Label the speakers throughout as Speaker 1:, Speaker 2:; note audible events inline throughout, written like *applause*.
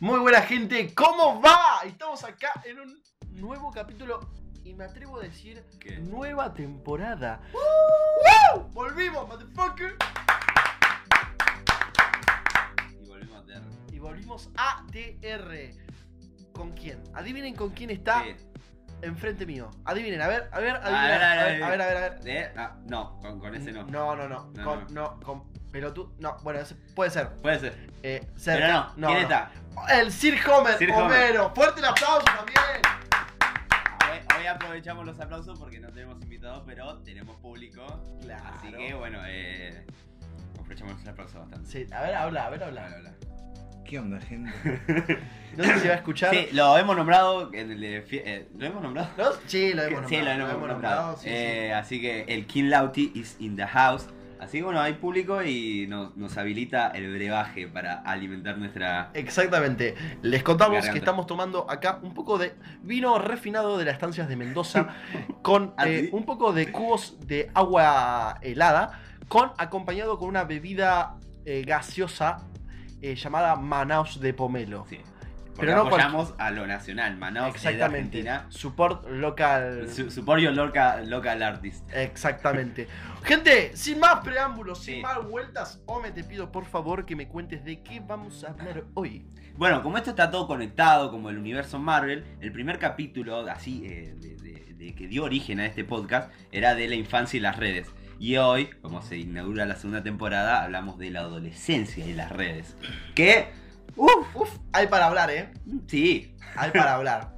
Speaker 1: Muy buena gente, ¿cómo va? Estamos acá en un nuevo capítulo y me atrevo a decir
Speaker 2: ¿Qué?
Speaker 1: nueva temporada. ¡Woo! Volvimos, motherfucker.
Speaker 2: Y volvimos a tener.
Speaker 1: Y volvimos a TR. ¿Con quién? Adivinen con quién está
Speaker 2: Sí.
Speaker 1: enfrente mío. Adivinen, a ver, a ver,
Speaker 2: ver,
Speaker 1: adivinen.
Speaker 2: a ver,
Speaker 1: A
Speaker 2: a
Speaker 1: ver,
Speaker 2: ver.
Speaker 1: a ver, a ver. a ver.
Speaker 2: De- ah, no, con, con ese no.
Speaker 1: No, no, no.
Speaker 2: No,
Speaker 1: Con, no, con pelotu- No, bueno, ese puede ser.
Speaker 2: Puede ser.
Speaker 1: Eh,
Speaker 2: Pero
Speaker 1: cerca.
Speaker 2: no. ¿Quién está?
Speaker 1: El Sir Homer,
Speaker 2: Sir Homer.
Speaker 1: Homero. Fuerte el aplauso también.
Speaker 2: Hoy, hoy aprovechamos los aplausos porque no tenemos invitados, pero tenemos público.
Speaker 1: Claro.
Speaker 2: Así que bueno, eh, aprovechamos los aplausos bastante.
Speaker 1: Sí, a ver, habla, a ver,
Speaker 2: Bla,
Speaker 1: habla.
Speaker 2: bla, bla.
Speaker 3: ¿Qué onda, gente?
Speaker 1: No sé si va a escuchar.
Speaker 2: Sí, lo hemos nombrado en el de fie- eh, ¿Lo hemos nombrado?
Speaker 1: ¿No? Sí, lo hemos nombrado.
Speaker 2: sí, lo hemos nombrado.
Speaker 1: sí, sí.
Speaker 2: Eh, Así que el King Lauti is in the house. Así que bueno, hay público y nos, nos habilita el brebaje para alimentar nuestra.
Speaker 1: Exactamente. Les contamos
Speaker 2: Garganta.
Speaker 1: que estamos tomando acá un poco de vino refinado de las estancias de
Speaker 2: *laughs*
Speaker 1: Mendoza con
Speaker 2: ¿Ah,
Speaker 1: eh,
Speaker 2: sí?
Speaker 1: un poco de cubos de agua helada, con acompañado con una bebida eh, gaseosa eh, llamada Manaus de pomelo.
Speaker 2: Sí.
Speaker 1: Pero
Speaker 2: Pero
Speaker 1: no
Speaker 2: apoyamos a lo nacional, Manaus es de
Speaker 1: Exactamente.
Speaker 2: Argentina.
Speaker 1: Support local.
Speaker 2: Su- Support your local, local artist.
Speaker 1: Exactamente. Gente, sin más preámbulos, sin
Speaker 2: Sí.
Speaker 1: más vueltas, Ome, te pido por favor que me cuentes de qué vamos a hablar hoy.
Speaker 2: Bueno, como esto está todo conectado, como el universo Marvel, el primer capítulo así eh, de, de- de que dio origen a este podcast era de la infancia y las redes. Y hoy, como se inaugura la segunda temporada, hablamos de la adolescencia y las redes. Que,
Speaker 1: Uf, uf, hay para hablar, ¿eh?
Speaker 2: sí,
Speaker 1: Hay
Speaker 2: *laughs*
Speaker 1: para hablar.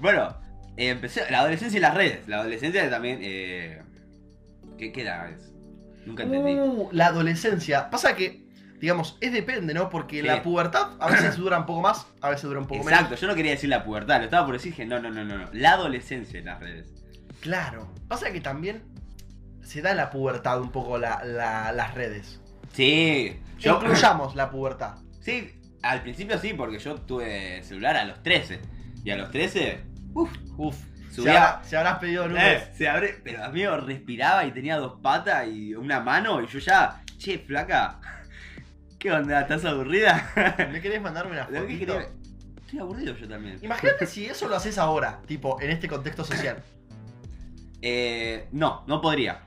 Speaker 2: bueno, eh, empezó la adolescencia y las redes. La adolescencia también... eh, ¿Qué, qué era eso? Nunca entendí.
Speaker 1: Uh, la adolescencia. Pasa que, digamos, es depende, ¿no? Porque
Speaker 2: Sí.
Speaker 1: la pubertad a veces dura un poco más, a veces dura un poco
Speaker 2: Exacto, yo no quería decir la pubertad, lo estaba por decir, dije, no, no, no, no, no, la adolescencia en las redes.
Speaker 1: menos. Claro. Pasa que también se da en la pubertad un poco la- la- las redes.
Speaker 2: Sí, yo,
Speaker 1: Incluyamos la pubertad.
Speaker 2: Sí, al principio sí, porque yo tuve celular a los 13. Y a los 13, uff,
Speaker 1: Uf. Se,
Speaker 2: subía.
Speaker 1: habrá- se habrás pedido números.
Speaker 2: Eh, se abre, pero amigo, respiraba y tenía dos patas y una mano. Y yo ya, che, flaca, *laughs* ¿qué onda? ¿Estás aburrida?
Speaker 1: ¿Me querés mandarme una
Speaker 2: Eh. Lo que
Speaker 1: fotito?
Speaker 2: quería- Estoy aburrido yo también.
Speaker 1: Imagínate si eso lo haces ahora, tipo, en este contexto social.
Speaker 2: Eh, no, no podría.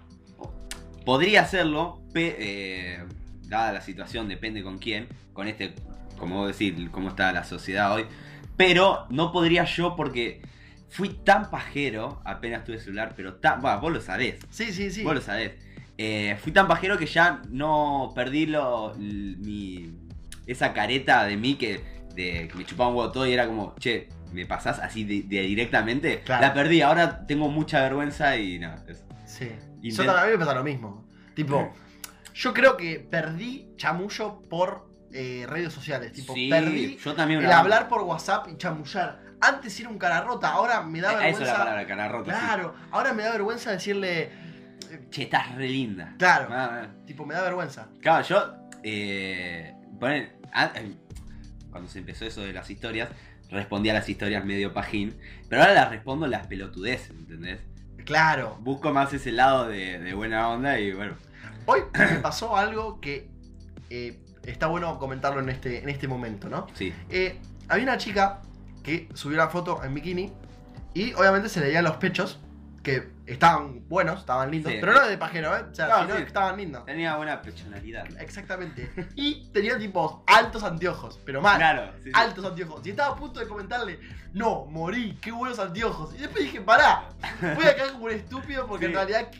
Speaker 2: Podría hacerlo, pe- eh, dada la situación, depende con quién, con este, como vos decís, cómo está la sociedad hoy. Pero no podría yo porque fui tan pajero, apenas tuve celular, pero tan, bueno, vos lo sabés,
Speaker 1: Sí, sí, sí.
Speaker 2: vos lo sabés. Eh, fui tan pajero que ya no perdí lo, l- mi, esa careta de mí que, de, que me chupaba un huevo todo y era como, che, ¿me pasás así de, de directamente?
Speaker 1: Claro.
Speaker 2: La perdí, ahora tengo mucha vergüenza y nada. eso.
Speaker 1: Sí.
Speaker 2: Intent-
Speaker 1: Yo también, a mí me pasa lo mismo.
Speaker 2: *laughs*
Speaker 1: Tipo, yo creo que perdí chamullo por eh, redes sociales. Tipo,
Speaker 2: Sí,
Speaker 1: perdí
Speaker 2: yo también
Speaker 1: el
Speaker 2: una-
Speaker 1: hablar por WhatsApp y chamullar. Antes era un cara rota, ahora me da
Speaker 2: Eh, Eso es
Speaker 1: vergüenza.
Speaker 2: la palabra, cara rota. sí.
Speaker 1: claro, ahora me da vergüenza decirle.
Speaker 2: Che, estás re linda.
Speaker 1: Claro.
Speaker 2: Ah, ah.
Speaker 1: Tipo, me da vergüenza.
Speaker 2: Claro, yo. Eh, ponen- ah, eh, cuando se empezó eso de las historias, respondía a las historias medio pajín. Pero ahora las respondo las pelotudeces, ¿entendés?
Speaker 1: Claro.
Speaker 2: Busco más ese lado de, de buena onda y bueno.
Speaker 1: Hoy me pasó algo que eh, está bueno comentarlo en este, en este momento, ¿no?
Speaker 2: Sí.
Speaker 1: Eh, había una chica que subió la foto en bikini y obviamente se le veían los pechos, que estaban buenos, estaban lindos,
Speaker 2: Sí.
Speaker 1: pero no de pajero, ¿eh? O sea,
Speaker 2: No,
Speaker 1: sino
Speaker 2: sí.
Speaker 1: que estaban lindos.
Speaker 2: Tenía buena personalidad.
Speaker 1: Exactamente. Y tenía tipo altos anteojos, pero mal.
Speaker 2: Claro. sí, sí.
Speaker 1: Altos anteojos. Y estaba a punto de comentarle, no, morí, qué buenos anteojos. Y después dije, pará, voy acá como un estúpido porque
Speaker 2: Sí.
Speaker 1: en realidad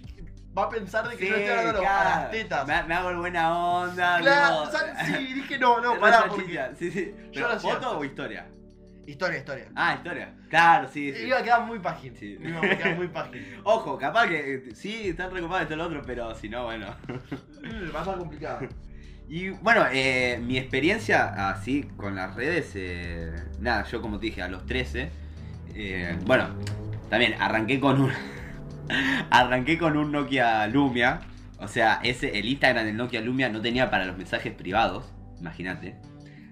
Speaker 1: va a pensar de que
Speaker 2: Sí,
Speaker 1: yo le estoy hablando
Speaker 2: claro.
Speaker 1: a las tetas.
Speaker 2: Me, me hago el buena onda.
Speaker 1: Claro,
Speaker 2: no.
Speaker 1: o
Speaker 2: *laughs*
Speaker 1: sea, sí, dije, no, no,
Speaker 2: Re
Speaker 1: pará, porque...
Speaker 2: chochilla, Sí, sí. Pero,
Speaker 1: lo hacía.
Speaker 2: ¿Foto o historia?
Speaker 1: Historia, historia.
Speaker 2: Ah, historia. Claro, sí, sí.
Speaker 1: Iba a quedar muy página.
Speaker 2: Sí.
Speaker 1: Iba a quedar muy *laughs* página.
Speaker 2: Ojo, capaz que eh, sí, están recopados esto y lo otro, pero si no, bueno.
Speaker 1: Mm, Va a ser complicado.
Speaker 2: Y bueno, eh, mi experiencia así con las redes, eh, nada, yo como te dije, a los 13, eh, bueno, también arranqué con un. *laughs* arranqué con un Nokia Lumia. O sea, ese, el Instagram del Nokia Lumia no tenía para los mensajes privados, imagínate.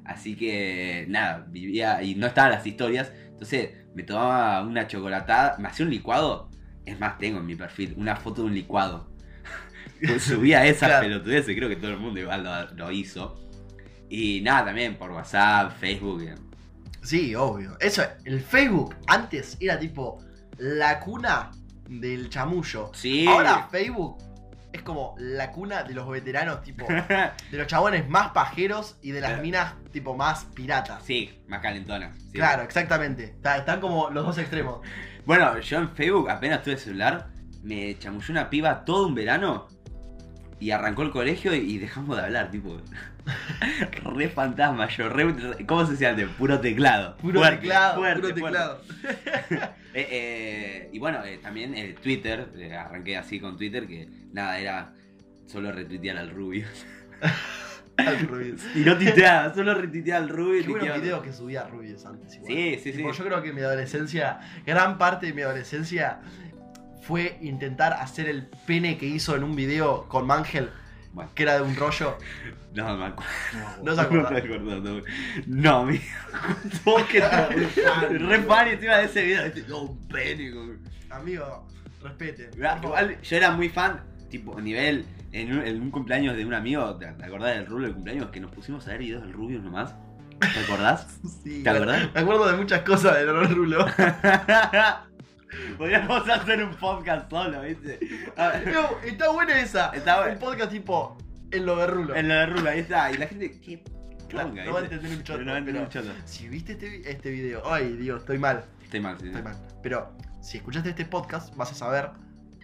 Speaker 2: Así que nada, vivía y no estaban las historias. Entonces me tomaba una chocolatada, me hacía un licuado. Es más, tengo en mi perfil una foto de un licuado. *laughs*
Speaker 1: *laughs*
Speaker 2: Pues Subía esas
Speaker 1: Claro.
Speaker 2: pelotudeces, creo que todo el mundo igual lo, lo hizo. Y nada, también por WhatsApp, Facebook, eh,
Speaker 1: Sí, obvio. Eso, el Facebook antes era tipo la cuna del chamullo.
Speaker 2: Sí.
Speaker 1: Ahora Facebook es como la cuna de los veteranos, *laughs* tipo, de los chabones más pajeros y de las
Speaker 2: Claro.
Speaker 1: minas tipo más piratas.
Speaker 2: sí, más calentonas. sí.
Speaker 1: Claro, exactamente. Está- Están como los dos extremos.
Speaker 2: Bueno, yo en Facebook apenas tuve celular, me chamulló una piba todo un verano y arrancó el colegio y dejamos de hablar, tipo. *laughs* re fantasma, yo re. ¿Cómo se decía antes? Puro teclado.
Speaker 1: Puro
Speaker 2: Fuerte,
Speaker 1: teclado,
Speaker 2: fuerte,
Speaker 1: puro
Speaker 2: fuerte.
Speaker 1: teclado.
Speaker 2: Eh, eh, y bueno, eh, también el Twitter, eh, arranqué así con Twitter, que nada, era solo retuitear al Rubio.
Speaker 1: *laughs*
Speaker 2: *laughs*
Speaker 1: Al Rubius.
Speaker 2: Y no tuiteaba, solo retuiteaba al Rubio.
Speaker 1: Qué buenos
Speaker 2: tuiteaba-
Speaker 1: videos que subía Rubius antes. Igual.
Speaker 2: Sí, sí, sí.
Speaker 1: Tipo, Yo creo que mi adolescencia, gran parte de mi adolescencia fue intentar hacer el pene que hizo en un video con Mangel,
Speaker 2: Bueno,
Speaker 1: que era de un rollo.
Speaker 2: no me acuerdo.
Speaker 1: No se
Speaker 2: *laughs* No,
Speaker 1: acuerda.
Speaker 2: te acordás, no. no me *laughs* acuerdo que era re fan encima de ese video. Este, no, un pene, con-
Speaker 1: Amigo, respete. por
Speaker 2: Igual,
Speaker 1: favor.
Speaker 2: Ah, igual yo era muy fan, tipo, a nivel, en un, en un cumpleaños de un amigo, ¿te te acordás del Rubio del cumpleaños? Que nos pusimos a ver videos del Rubio nomás. ¿Te acordás?
Speaker 1: Sí,
Speaker 2: ¿Te acordás?
Speaker 1: Me acuerdo de muchas cosas del olor rulo.
Speaker 2: *laughs* Podríamos hacer un podcast solo, ¿viste? A ver,
Speaker 1: No, está buena esa.
Speaker 2: Está buena.
Speaker 1: Un podcast tipo el lo de rulo.
Speaker 2: en lo de Rula, ahí está. Y la gente, qué poronga,
Speaker 1: no va a
Speaker 2: ¿viste?
Speaker 1: entender un choto.
Speaker 2: Pero no va a entender un
Speaker 1: pero
Speaker 2: choto.
Speaker 1: Si viste este, vi- este video, ay Dios, estoy mal,
Speaker 2: Estoy mal, sí.
Speaker 1: estoy mal. Pero si escuchaste este podcast, vas a saber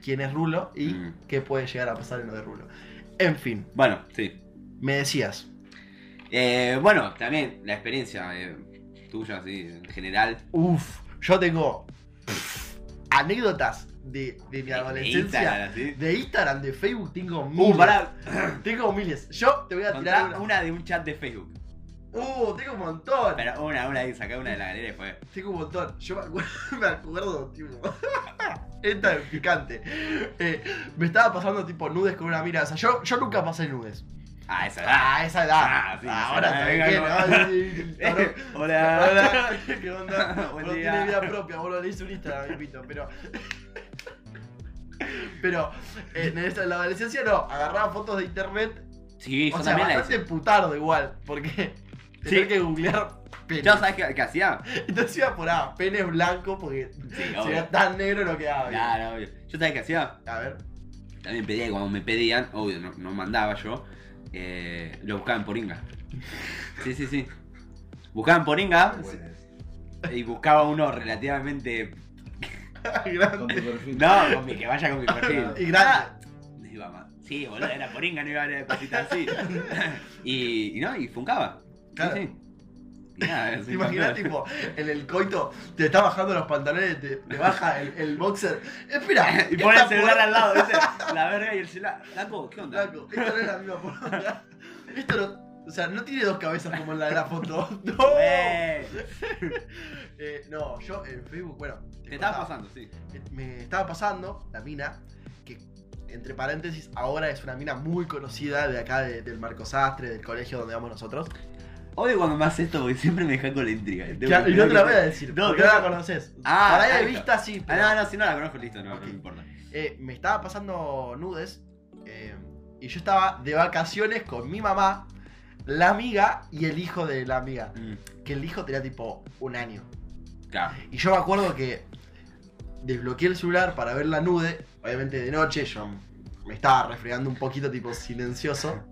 Speaker 1: quién es Rulo y
Speaker 2: Mm.
Speaker 1: qué puede llegar a pasar en lo de Rulo. En fin,
Speaker 2: Bueno, sí.
Speaker 1: me decías,
Speaker 2: Eh, bueno, también la experiencia eh, tuya, así, en general.
Speaker 1: uff, yo tengo pff, anécdotas de, de mi
Speaker 2: De
Speaker 1: adolescencia.
Speaker 2: Instagram, así.
Speaker 1: De Instagram, de Facebook, tengo miles.
Speaker 2: Uh, pará,
Speaker 1: Tengo miles. Yo te voy a tirar
Speaker 2: contá
Speaker 1: una.
Speaker 2: una de un chat de Facebook.
Speaker 1: Uh, tengo un montón.
Speaker 2: Pero una, una, y sacá una de la galería y fue.
Speaker 1: Tengo un montón. Yo me acuerdo, *laughs* me acuerdo, tipo. *laughs* Esta es picante. Eh, me estaba pasando tipo nudes con una mina. O sea, yo, yo nunca pasé nudes.
Speaker 2: Ah, esa.
Speaker 1: Ah, esa edad.
Speaker 2: Ah, sí,
Speaker 1: Ahora
Speaker 2: esa edad,
Speaker 1: sabés que,
Speaker 2: venga, no.
Speaker 1: ¿no? Sí, sí,
Speaker 2: Eh,
Speaker 1: cabrón.
Speaker 2: *laughs* hola, hola.
Speaker 1: Hola, ¿qué onda? *laughs*
Speaker 2: Buen
Speaker 1: Boludo,
Speaker 2: día.
Speaker 1: tiene vida propia, boludo, le hice un Instagram, mi pito, pero. *laughs* Pero eh, en esa- en la adolescencia no, agarraba fotos de internet.
Speaker 2: Sí, yo
Speaker 1: o sea,
Speaker 2: también la
Speaker 1: bastante
Speaker 2: hice.
Speaker 1: putardo igual, porque
Speaker 2: Sí.
Speaker 1: tenía que googlear pene.
Speaker 2: ¿Ya sabes qué, qué hacía?
Speaker 1: Entonces iba por A, pene blanco, porque
Speaker 2: Sí,
Speaker 1: si
Speaker 2: obvio.
Speaker 1: era tan negro no quedaba bien.
Speaker 2: Claro, obvio. ¿Yo sabes qué hacía?
Speaker 1: A ver, *laughs*
Speaker 2: También pedía, y como me pedían, obvio, no, no mandaba yo, eh, lo buscaban por Inga. Sí, sí, sí. Buscaban por Inga y buscaba uno relativamente.
Speaker 3: Con
Speaker 1: grande.
Speaker 3: tu perfil.
Speaker 2: No, con mi, que
Speaker 1: *laughs*
Speaker 2: vaya con mi perfil.
Speaker 1: Y grande.
Speaker 2: No iba más. Sí, boludo, era por Inga, no iba a haber cositas
Speaker 1: *laughs*
Speaker 2: así. Y, y no, y funcaba. Sí,
Speaker 1: Claro.
Speaker 2: sí. Y nada, es
Speaker 1: ¿Te
Speaker 2: un
Speaker 1: imaginas,
Speaker 2: campeón.
Speaker 1: tipo, en el coito, te está bajando los pantalones, te, te baja el, el boxer. Espera,
Speaker 2: *laughs*
Speaker 1: *laughs*
Speaker 2: Y pone el
Speaker 1: esta
Speaker 2: celular
Speaker 1: por-
Speaker 2: al lado, ¿viste? La verga y el celular. Laco, ¿qué onda?
Speaker 1: Flaco, Esta no es la misma porra. Esto no. O sea, no tiene dos cabezas como en la de la foto. *laughs* No.
Speaker 2: *laughs* Eh,
Speaker 1: Eh, no, yo en Facebook, bueno.
Speaker 2: Te estaba
Speaker 1: contaba.
Speaker 2: pasando, sí.
Speaker 1: me estaba pasando la mina, que entre paréntesis ahora es una mina muy conocida de acá de- del Marco Sastre, del colegio donde vamos nosotros.
Speaker 2: Odio cuando me haces esto porque siempre me deja con la intriga.
Speaker 1: Que- y no te la voy a decir,
Speaker 2: No,
Speaker 1: porque
Speaker 2: no,
Speaker 1: no la
Speaker 2: no.
Speaker 1: conoces.
Speaker 2: Ah,
Speaker 1: Por ahí de
Speaker 2: perfecto.
Speaker 1: vista sí,
Speaker 2: Ah,
Speaker 1: pero
Speaker 2: no, no, si no la conozco, listo, no,
Speaker 1: Ok.
Speaker 2: no me importa.
Speaker 1: eh, me estaba pasando nudes eh, y yo estaba de vacaciones con mi mamá, la amiga y el hijo de la amiga, que el hijo tenía tipo un año.
Speaker 2: Mm, Claro.
Speaker 1: Y yo me acuerdo que desbloqueé el celular para ver la nude, obviamente de noche, yo me estaba refregando un poquito tipo silencioso,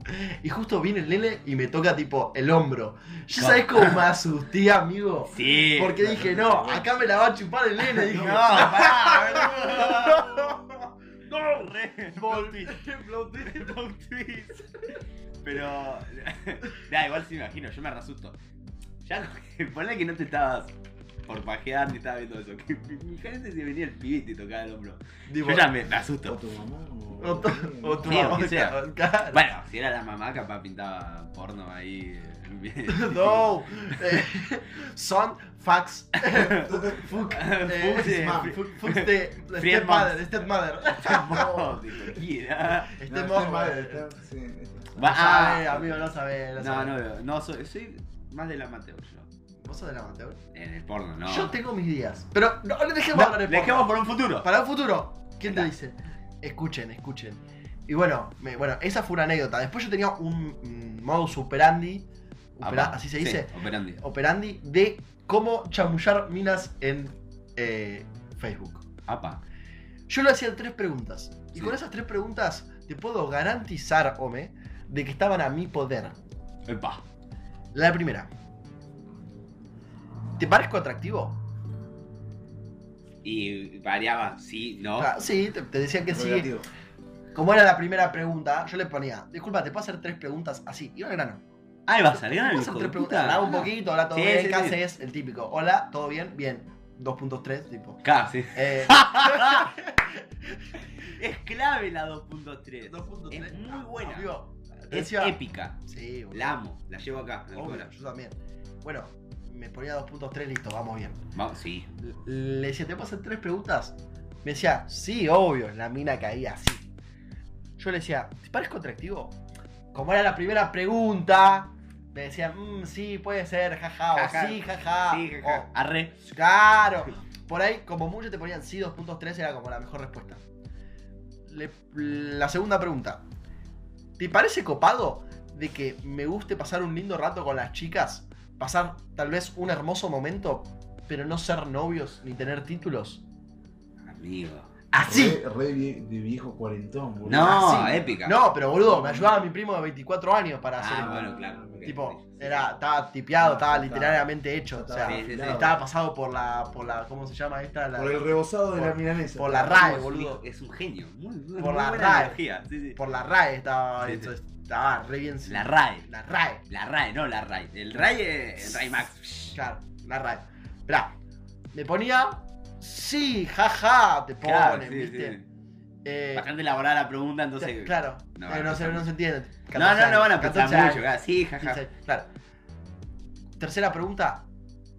Speaker 1: y justo viene el nene y me toca tipo el hombro. ¿Ya
Speaker 2: No.
Speaker 1: sabés cómo me asusté, amigo?
Speaker 2: Sí.
Speaker 1: Porque dije, no, acá me la va a chupar el
Speaker 2: *laughs*
Speaker 1: nene, dije.
Speaker 2: No,
Speaker 1: *laughs*
Speaker 2: pará,
Speaker 1: No,
Speaker 2: boludo. Re-
Speaker 1: volví.
Speaker 2: plot twist. Pero. *laughs* Da, igual sí me imagino, yo me asusto. Ya, ponle que no *laughs* te estabas por pajear ni estabas viendo eso. Que mi gente se venía el pibito y te tocaba el hombro.
Speaker 1: Digo,
Speaker 2: Yo ya me, me
Speaker 3: O
Speaker 2: asusto.
Speaker 3: tu mamá o.
Speaker 1: O tu, o tu
Speaker 2: Sí, o
Speaker 1: mamá,
Speaker 2: quien sea.
Speaker 1: claro, *laughs* claro.
Speaker 2: Bueno, si era la mamá, capaz pintaba porno ahí. eh,
Speaker 1: *laughs* No. Eh, son facts. *laughs* Fuck.
Speaker 2: *laughs*
Speaker 1: Eh,
Speaker 2: Fuck, eh,
Speaker 1: mom, fuck- fuck este,
Speaker 2: *laughs*
Speaker 1: the
Speaker 2: Friend
Speaker 1: stepmother.
Speaker 2: Este *laughs*
Speaker 1: Stepmother. *laughs*
Speaker 2: No, *laughs* tipo, ¿quiera?
Speaker 3: No,
Speaker 1: Stepmother.
Speaker 3: está mal, está- sí, está-
Speaker 1: este No sabés,
Speaker 2: Ah.
Speaker 1: amigo, no sabés. No,
Speaker 2: No,
Speaker 1: sabés.
Speaker 2: no veo. No, soy, soy más del amateur yo.
Speaker 1: ¿Vos sos del amateur?
Speaker 2: En el porno, no.
Speaker 1: Yo tengo mis días. Pero no, no dejemos
Speaker 2: No,
Speaker 1: hablar de porno.
Speaker 2: dejemos por un futuro.
Speaker 1: Para el futuro. ¿Quién te
Speaker 2: Mirá.
Speaker 1: dice? Escuchen, escuchen. Y bueno, me- bueno, esa fue una anécdota. Después yo tenía un mm, modus operandi opera-
Speaker 2: Apa,
Speaker 1: así se
Speaker 2: sí,
Speaker 1: dice,
Speaker 2: operandi.
Speaker 1: operandi de cómo chamullar minas en eh, Facebook.
Speaker 2: Apa.
Speaker 1: Yo le hacía tres preguntas. Y
Speaker 2: Sí.
Speaker 1: con esas tres preguntas te puedo garantizar, Ome, de que estaban a mi poder.
Speaker 2: Epa.
Speaker 1: La primera. ¿Te parezco atractivo?
Speaker 2: Y variaba, sí, no.
Speaker 1: Ah, sí, te, te decían que sí.
Speaker 3: Relativo.
Speaker 1: Como era la primera pregunta, yo le ponía, disculpa, ¿te puedo hacer tres preguntas así? Y al grano.
Speaker 2: Ahí va a salir
Speaker 1: ¿Te
Speaker 2: el
Speaker 1: puedo hacer
Speaker 2: hijo de
Speaker 1: tres
Speaker 2: puta.
Speaker 1: preguntas? Hablaba un
Speaker 2: Ah,
Speaker 1: poquito, hola, todo
Speaker 2: Sí,
Speaker 1: bien,
Speaker 2: sí,
Speaker 1: ¿qué
Speaker 2: sí.
Speaker 1: haces? El típico, hola, todo bien, bien. 2.3, tipo.
Speaker 2: Casi. *laughs*
Speaker 1: Eh,
Speaker 2: es clave la 2.3.
Speaker 1: 2.3.
Speaker 2: Es muy buena.
Speaker 1: Amigo, te
Speaker 2: Es
Speaker 1: decía- Oh.
Speaker 2: épica.
Speaker 1: Sí, boludo.
Speaker 2: La amo. La llevo acá. en el
Speaker 1: Obvio,
Speaker 2: cola.
Speaker 1: yo también. Bueno, me ponía 2.3, listo, vamos bien.
Speaker 2: Vamos, sí.
Speaker 1: Le decía, ¿te pasan tres preguntas? Me decía, sí, obvio, la mina caía así. Yo le decía, ¿te parezco atractivo? Como era la primera pregunta, me decía, mm, sí, puede ser, jaja, o
Speaker 2: Jaja.
Speaker 1: sí, jaja.
Speaker 2: Sí, jaja.
Speaker 1: o,
Speaker 2: Arre.
Speaker 1: claro. Por ahí, como mucho te ponían sí, 2.3 era como la mejor respuesta. Le- la segunda pregunta. ¿Te parece copado de que me guste pasar un lindo rato con las chicas? Pasar tal vez un hermoso momento, pero no ser novios ni tener títulos.
Speaker 2: Amigo.
Speaker 1: ¡Así!
Speaker 3: Re, re vie- de viejo cuarentón, boludo. Ah,
Speaker 2: No,
Speaker 1: Ah, sí.
Speaker 2: épica.
Speaker 1: No, pero boludo, me ayudaba mi primo de 24 años para hacer
Speaker 2: Ah,
Speaker 1: esto.
Speaker 2: bueno, claro. ok.
Speaker 1: Tipo,
Speaker 2: Sí, sí.
Speaker 1: era, estaba tipeado, estaba literalmente hecho. O sea,
Speaker 3: Estaba
Speaker 2: Ah, Sí, sí, sí.
Speaker 3: afilado.
Speaker 1: estaba pasado por la, por la. ¿Cómo se llama esta? La-
Speaker 3: Por el rebozado de
Speaker 1: por-
Speaker 3: la milanesa.
Speaker 1: por la RAE,
Speaker 2: Es un
Speaker 1: boludo.
Speaker 2: hijo- Es un genio. Muy, muy
Speaker 1: Por la
Speaker 2: buena
Speaker 1: RAE.
Speaker 2: analogía, sí, sí.
Speaker 1: por la RAE estaba,
Speaker 2: Sí, sí.
Speaker 1: entonces, estaba re bien.
Speaker 2: La RAE.
Speaker 1: La RAE,
Speaker 2: La RAE, no la RAE. El RAE es el RAE Max.
Speaker 1: claro, la RAE. Esperá, me ponía, sí, jaja, te ponen,
Speaker 2: Claro, sí,
Speaker 1: ¿viste?
Speaker 2: sí.
Speaker 1: Eh,
Speaker 2: Bastante elaborada la pregunta, entonces.
Speaker 1: te- claro,
Speaker 2: no
Speaker 1: eh,
Speaker 2: van a
Speaker 1: no, se,
Speaker 2: pensar
Speaker 1: no se entiende.
Speaker 2: No,
Speaker 1: 14
Speaker 2: no, no van a
Speaker 1: años,
Speaker 2: pensar
Speaker 1: 14
Speaker 2: mucho.
Speaker 1: años,
Speaker 2: ah, Sí, jaja.
Speaker 1: 15, claro. Tercera pregunta,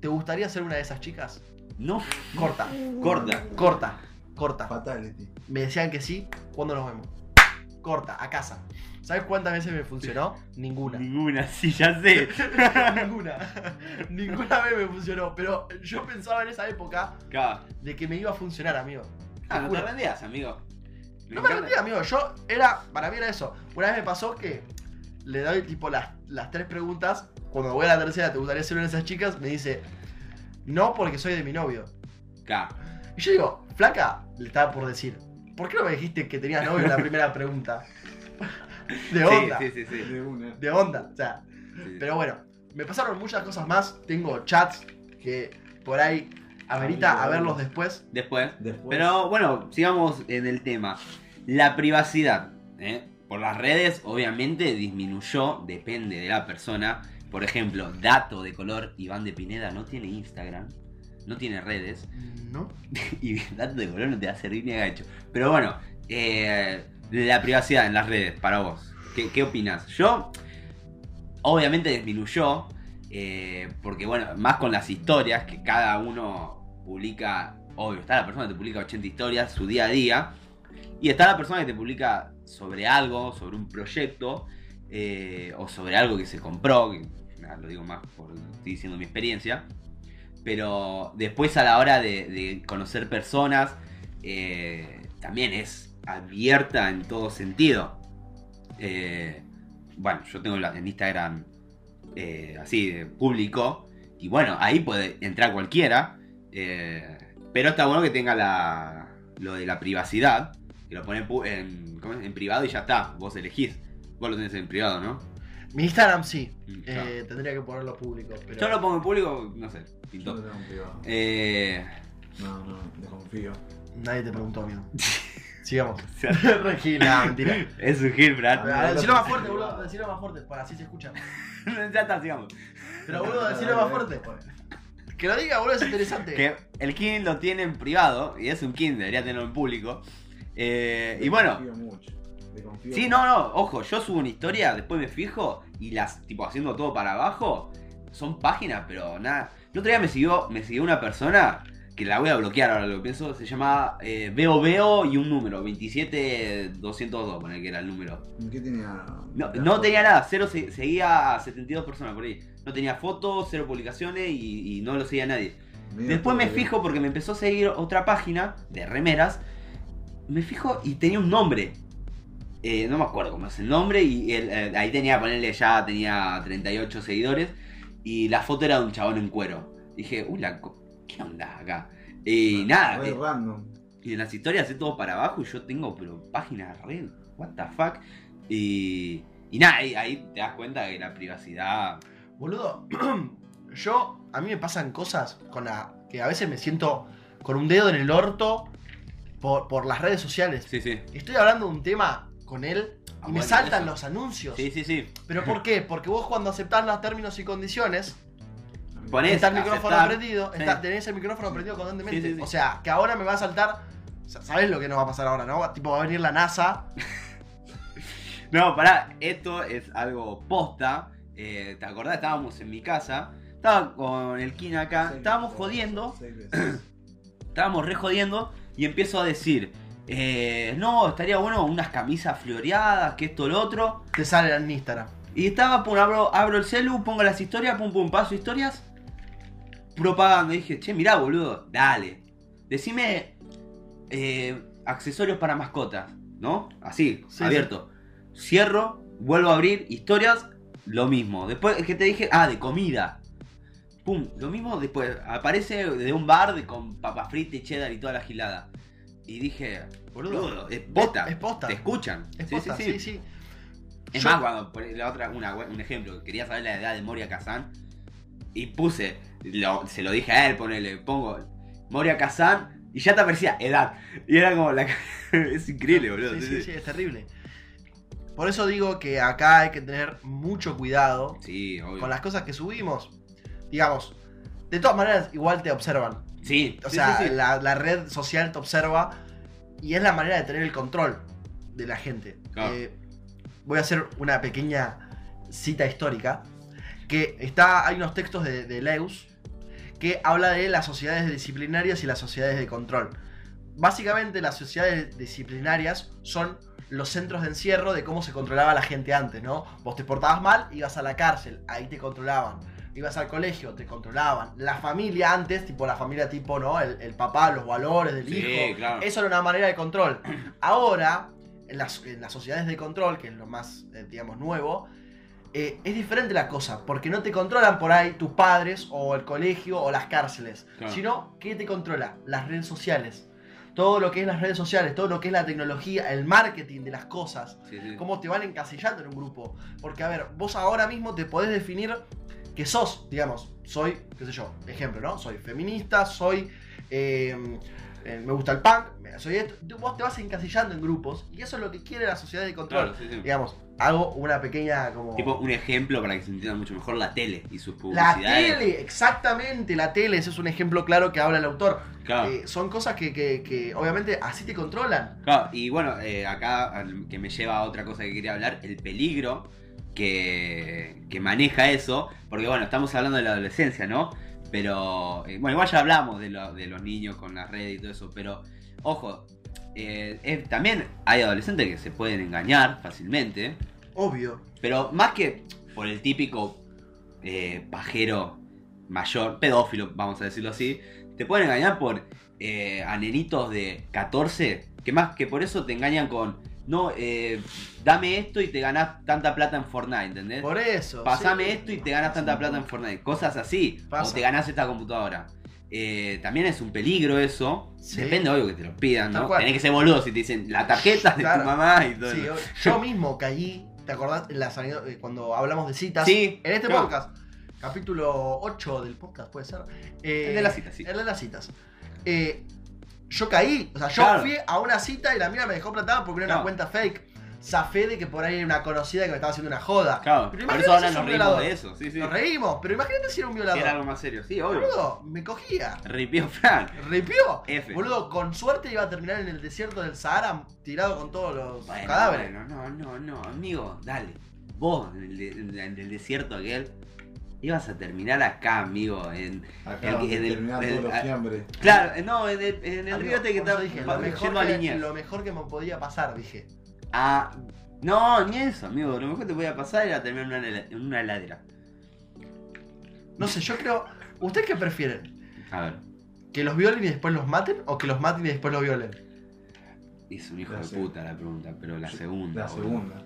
Speaker 1: ¿te gustaría ser una de esas chicas?
Speaker 2: No,
Speaker 1: Corta,
Speaker 2: corta.
Speaker 1: corta, corta.
Speaker 3: Fatality.
Speaker 1: Me decían que sí, ¿cuándo nos vemos? Corta, a casa. ¿Sabes cuántas veces me funcionó? Ninguna.
Speaker 2: Ninguna, *laughs* sí, ya sé.
Speaker 1: *laughs* Ninguna. Ninguna vez me funcionó. Pero yo pensaba en esa época
Speaker 2: Claro.
Speaker 1: de que me iba a funcionar, amigo.
Speaker 2: Ah, no te
Speaker 1: Juro.
Speaker 2: rendías, amigo.
Speaker 1: No me
Speaker 2: encanta.
Speaker 1: mentira, amigo. Yo era. Para mí era eso. Una vez me pasó que le doy tipo las, las tres preguntas. Cuando voy a la tercera, ¿te gustaría ser una de esas chicas? Me dice. No, porque soy de mi novio.
Speaker 2: Claro.
Speaker 1: Y yo digo, flaca, le estaba por decir. ¿Por qué no me dijiste que tenías novio en la primera pregunta?
Speaker 2: *laughs*
Speaker 1: De onda.
Speaker 2: Sí, sí, sí. sí.
Speaker 3: De una.
Speaker 1: De onda. O sea,
Speaker 2: Sí.
Speaker 1: Pero bueno, me pasaron muchas cosas más. Tengo chats que por ahí amerita a verlos después.
Speaker 2: Después.
Speaker 3: Después.
Speaker 2: Pero bueno, sigamos en el tema. La privacidad. ¿eh? Por las redes, obviamente, disminuyó, depende de la persona. Por ejemplo, dato de color, Iván de Pineda no tiene Instagram, no tiene redes.
Speaker 1: Mm, ¿No?
Speaker 2: *laughs* Y dato de color no te va a servir ni a gancho. Pero bueno, eh, la privacidad en las redes, para vos. ¿Qué, qué opinas? Yo, obviamente disminuyó, eh, porque bueno, más con las historias, que cada uno publica, obvio, está la persona que te publica 80 historias, su día a día, y está la persona que te publica sobre algo, sobre un proyecto, eh, o sobre algo que se compró, que nada, lo digo más por estoy diciendo mi experiencia, pero después a la hora de, de conocer personas, eh, también es abierta en todo sentido. Eh, bueno, yo tengo la- en Instagram eh, así de público. Y bueno, ahí puede entrar cualquiera. eh, pero está bueno que tenga la, lo de la privacidad. Que lo pone en, pu- en- ¿cómo es? en privado y ya está. Vos elegís. Vos lo tenés en privado, ¿no?
Speaker 1: Mi Instagram sí.
Speaker 2: Ya.
Speaker 1: Eh, tendría que ponerlo público. Pero...
Speaker 2: Yo lo pongo en público, no sé.
Speaker 3: Yo no
Speaker 2: Pintó.
Speaker 3: tengo un privado. *laughs*
Speaker 2: Eh,
Speaker 3: No, no, desconfío.
Speaker 1: Nadie te preguntó, *laughs* amigo. Sigamos.
Speaker 2: o sea,
Speaker 1: Regina, *laughs* mentira.
Speaker 2: es un Gil, Brad. *laughs*
Speaker 1: Ah, Decilo más fuerte, boludo. Decilo más fuerte. Para así se escucha.
Speaker 2: ya está, sigamos.
Speaker 1: Pero *laughs* boludo, decilo más fuerte. Que lo diga, boludo, es interesante.
Speaker 2: Que el King lo tiene en privado. Y es un King, debería tenerlo en público. Eh, y bueno,
Speaker 3: Desconfío mucho. Desconfío
Speaker 2: Sí, no, no, ojo, yo subo una historia, después me fijo y las, tipo, haciendo todo para abajo, son páginas, pero nada. El otro día me siguió, me siguió una persona que la voy a bloquear ahora lo pienso, se llamaba eh, Veo Veo y un número, 27202, con el que era el número.
Speaker 3: mucho. ¿Qué tenía?
Speaker 2: No, no tenía nada, cero se- seguía a 72 personas por ahí. No tenía fotos, cero publicaciones y, y no lo seguía nadie.
Speaker 3: Medio
Speaker 2: Después me
Speaker 3: todo
Speaker 2: fijo porque me empezó a seguir otra página de remeras. Me fijo y tenía un nombre. eh, no me acuerdo cómo es el nombre, y él, eh, ahí tenía, ponerle ya tenía 38 seguidores, y la foto era de un chabón en cuero. Dije, uy, la co- ¿qué onda acá? Y nada,
Speaker 3: Re
Speaker 2: eh,
Speaker 3: random.
Speaker 2: y en las historias es todo para abajo y yo tengo pero páginas red, what the fuck. Y, y nada, ahí, ahí te das cuenta que la privacidad...
Speaker 1: Boludo, *clears throat* yo, a mí me pasan cosas con la que a veces me siento con un dedo en el orto por, por las redes sociales.
Speaker 2: Sí, sí.
Speaker 1: Estoy hablando de un tema con él y
Speaker 2: Ah,
Speaker 1: me
Speaker 2: bueno,
Speaker 1: saltan
Speaker 2: eso.
Speaker 1: los anuncios.
Speaker 2: Sí, sí, sí.
Speaker 1: ¿Pero por qué? Porque vos cuando aceptás los términos y condiciones,
Speaker 2: Ponés
Speaker 1: está el micrófono
Speaker 2: aceptar.
Speaker 1: prendido,
Speaker 2: Sí.
Speaker 1: está- tenés el micrófono prendido constantemente.
Speaker 2: Sí, sí, sí.
Speaker 1: O sea, que ahora me va a saltar... o sea, ¿Sabés lo que nos va a pasar ahora, no? Tipo, va a venir la NASA.
Speaker 2: No, pará, esto es algo posta. Eh, ¿Te acordás? Estábamos en mi casa. Estaba con el Kin acá.
Speaker 3: Seis
Speaker 2: Estábamos
Speaker 3: veces,
Speaker 2: jodiendo.
Speaker 3: seis veces.
Speaker 2: Estábamos re jodiendo. Y empiezo a decir. eh, no, estaría bueno unas camisas floreadas, que esto, lo otro.
Speaker 1: Te sale en Instagram.
Speaker 2: Y estaba, pum, abro, abro el celu, pongo las historias, pum, pum, paso historias. Propaganda. Y dije, che, mirá, boludo, dale. Decime eh, accesorios para mascotas, ¿no? Así,
Speaker 1: Sí,
Speaker 2: abierto. Cierro, vuelvo a abrir, historias, lo mismo. Después, que te dije, ah, de comida. Pum, lo mismo después. Aparece de un bar de- con papas fritas y cheddar y toda la gilada. Y dije, boludo, es posta.
Speaker 1: Es- es posta.
Speaker 2: Te escuchan.
Speaker 1: Es
Speaker 2: Sí,
Speaker 1: posta,
Speaker 2: sí, sí.
Speaker 1: sí, sí.
Speaker 2: Es
Speaker 1: Yo-
Speaker 2: más, cuando por la otra, una- un ejemplo, quería saber la edad de Moria Kazan y puse, lo- se lo dije a él, ponele, pongo Moria Kazan y ya te aparecía edad. Y era como la. *laughs* es increíble, boludo.
Speaker 1: Sí,
Speaker 2: Sí,
Speaker 1: sí, sí, es terrible. Por eso digo que acá hay que tener mucho cuidado
Speaker 2: Sí, obvio.
Speaker 1: con las cosas que subimos. Digamos, de todas maneras, igual te observan.
Speaker 2: Sí,
Speaker 1: O
Speaker 2: sí,
Speaker 1: sea,
Speaker 2: sí, sí.
Speaker 1: La, la red social te observa y es la manera de tener el control de la gente.
Speaker 2: Claro.
Speaker 1: Eh, voy a hacer una pequeña cita histórica. Que está. Hay unos textos de, de Leuss que habla de las sociedades disciplinarias y las sociedades de control. Básicamente, las sociedades disciplinarias son los centros de encierro de cómo se controlaba la gente antes, ¿no? Vos te portabas mal, ibas a la cárcel, ahí te controlaban. Ibas al colegio, te controlaban. La familia antes, tipo la familia tipo, ¿no? El, el papá, los valores del
Speaker 2: Sí,
Speaker 1: hijo.
Speaker 2: claro.
Speaker 1: Eso era una manera de control. *clears throat* Ahora, en las, en las sociedades de control, que es lo más, eh, digamos, nuevo, eh, es diferente la cosa, porque no te controlan por ahí tus padres o el colegio o las cárceles,
Speaker 2: Claro.
Speaker 1: sino que te controla las redes sociales. Todo lo que es las redes sociales, todo lo que es la tecnología, el marketing de las cosas
Speaker 2: Sí, sí.
Speaker 1: cómo te van encasillando en un grupo. Porque, a ver, vos ahora mismo te podés definir que sos, digamos, soy, qué sé yo, ejemplo, ¿no? Soy feminista, soy. eh, eh, me gusta el punk, me- soy esto. Tú- Vos te vas encasillando en grupos y eso es lo que quiere la sociedad de control.
Speaker 2: Claro, sí, sí.
Speaker 1: Digamos, hago una pequeña como.
Speaker 2: Tipo, un ejemplo para que se entienda mucho mejor la tele y sus
Speaker 1: la
Speaker 2: publicidades.
Speaker 1: tele, exactamente, la tele, ese es un ejemplo claro que habla el autor.
Speaker 2: Claro.
Speaker 1: Eh, son cosas que, que- que obviamente así te controlan.
Speaker 2: Claro, y bueno, eh, acá al- que me lleva a otra cosa que quería hablar, el peligro que, que maneja eso, porque bueno, estamos hablando de la adolescencia, ¿no? Pero, eh, bueno, igual ya hablamos de, lo- de los niños con las redes y todo eso, pero ojo, eh, es- también hay adolescentes que se pueden engañar fácilmente,
Speaker 1: Obvio.
Speaker 2: pero más que por el típico eh, pajero mayor, pedófilo, vamos a decirlo así, te pueden engañar por eh, a nenitos de 14, que más que por eso te engañan con, no, eh, dame esto y te ganás tanta plata en Fortnite, ¿entendés?
Speaker 1: Por eso.
Speaker 2: Eh, Pasame
Speaker 1: sí.
Speaker 2: esto y te ganas tanta plata en Fortnite, cosas así,
Speaker 1: Pasa.
Speaker 2: o te ganás esta computadora. Eh, también es un peligro eso.
Speaker 1: Sí.
Speaker 2: Depende, obvio, que te lo pidan,
Speaker 1: Tal
Speaker 2: ¿no?
Speaker 1: cual.
Speaker 2: Tenés que ser boludo si te dicen la tarjeta de
Speaker 1: Claro.
Speaker 2: tu mamá y todo
Speaker 1: Sí,
Speaker 2: eso. *laughs*
Speaker 1: yo- yo mismo caí, ¿te acordás? En las anedo- eh, cuando hablamos de citas.
Speaker 2: Sí,
Speaker 1: En este
Speaker 2: claro.
Speaker 1: podcast, capítulo 8 del podcast, puede ser. Eh,
Speaker 2: El de la cita, sí.
Speaker 1: el de las citas. Eh, yo caí, o sea, yo
Speaker 2: Claro.
Speaker 1: fui a una cita y la mina me dejó plantada porque era una
Speaker 2: Claro.
Speaker 1: cuenta fake. Zafé de que por ahí era una conocida que me estaba haciendo una joda. Pero
Speaker 2: Claro, por
Speaker 1: imagínate
Speaker 2: eso ahora
Speaker 1: si
Speaker 2: nos
Speaker 1: es un
Speaker 2: reímos
Speaker 1: violador.
Speaker 2: de eso. Sí, sí.
Speaker 1: Nos reímos, pero imagínate si era un
Speaker 2: Si era
Speaker 1: violador.
Speaker 2: algo más serio, sí, obvio.
Speaker 1: Boludo, me cogía.
Speaker 2: Ripió Frank.
Speaker 1: Ripió.
Speaker 2: F.
Speaker 1: Boludo, con suerte iba a terminar en el desierto del Sahara tirado con todos los
Speaker 2: Bueno,
Speaker 1: cadáveres.
Speaker 2: bueno, no, no, no, amigo, dale. Vos, en el, de- en- en el desierto aquel, ibas a terminar acá, amigo. En,
Speaker 3: Acá
Speaker 2: El-
Speaker 3: el,
Speaker 2: el-
Speaker 3: terminar
Speaker 2: el- ah,
Speaker 3: todos los
Speaker 2: el-
Speaker 3: fiambres.
Speaker 2: claro, eh, no, en el, en el
Speaker 1: Amigo,
Speaker 2: río te que
Speaker 1: por eso
Speaker 2: estaba
Speaker 1: dije, lo
Speaker 2: yendo a
Speaker 1: mejor, que,
Speaker 2: Liniers.
Speaker 1: lo mejor que me podía pasar, dije.
Speaker 2: Ah, no, ni eso, amigo. Lo mejor que te podía pasar era terminar en una hela- en una heladera.
Speaker 1: No sé, yo creo. ¿Ustedes qué prefieren?
Speaker 2: A ver.
Speaker 1: ¿Que los violen y después los maten o que los maten y después los violen?
Speaker 2: Es un hijo
Speaker 3: La
Speaker 2: de
Speaker 3: se-
Speaker 2: puta la pregunta, pero la segunda.
Speaker 3: La
Speaker 2: boludo.
Speaker 3: segunda.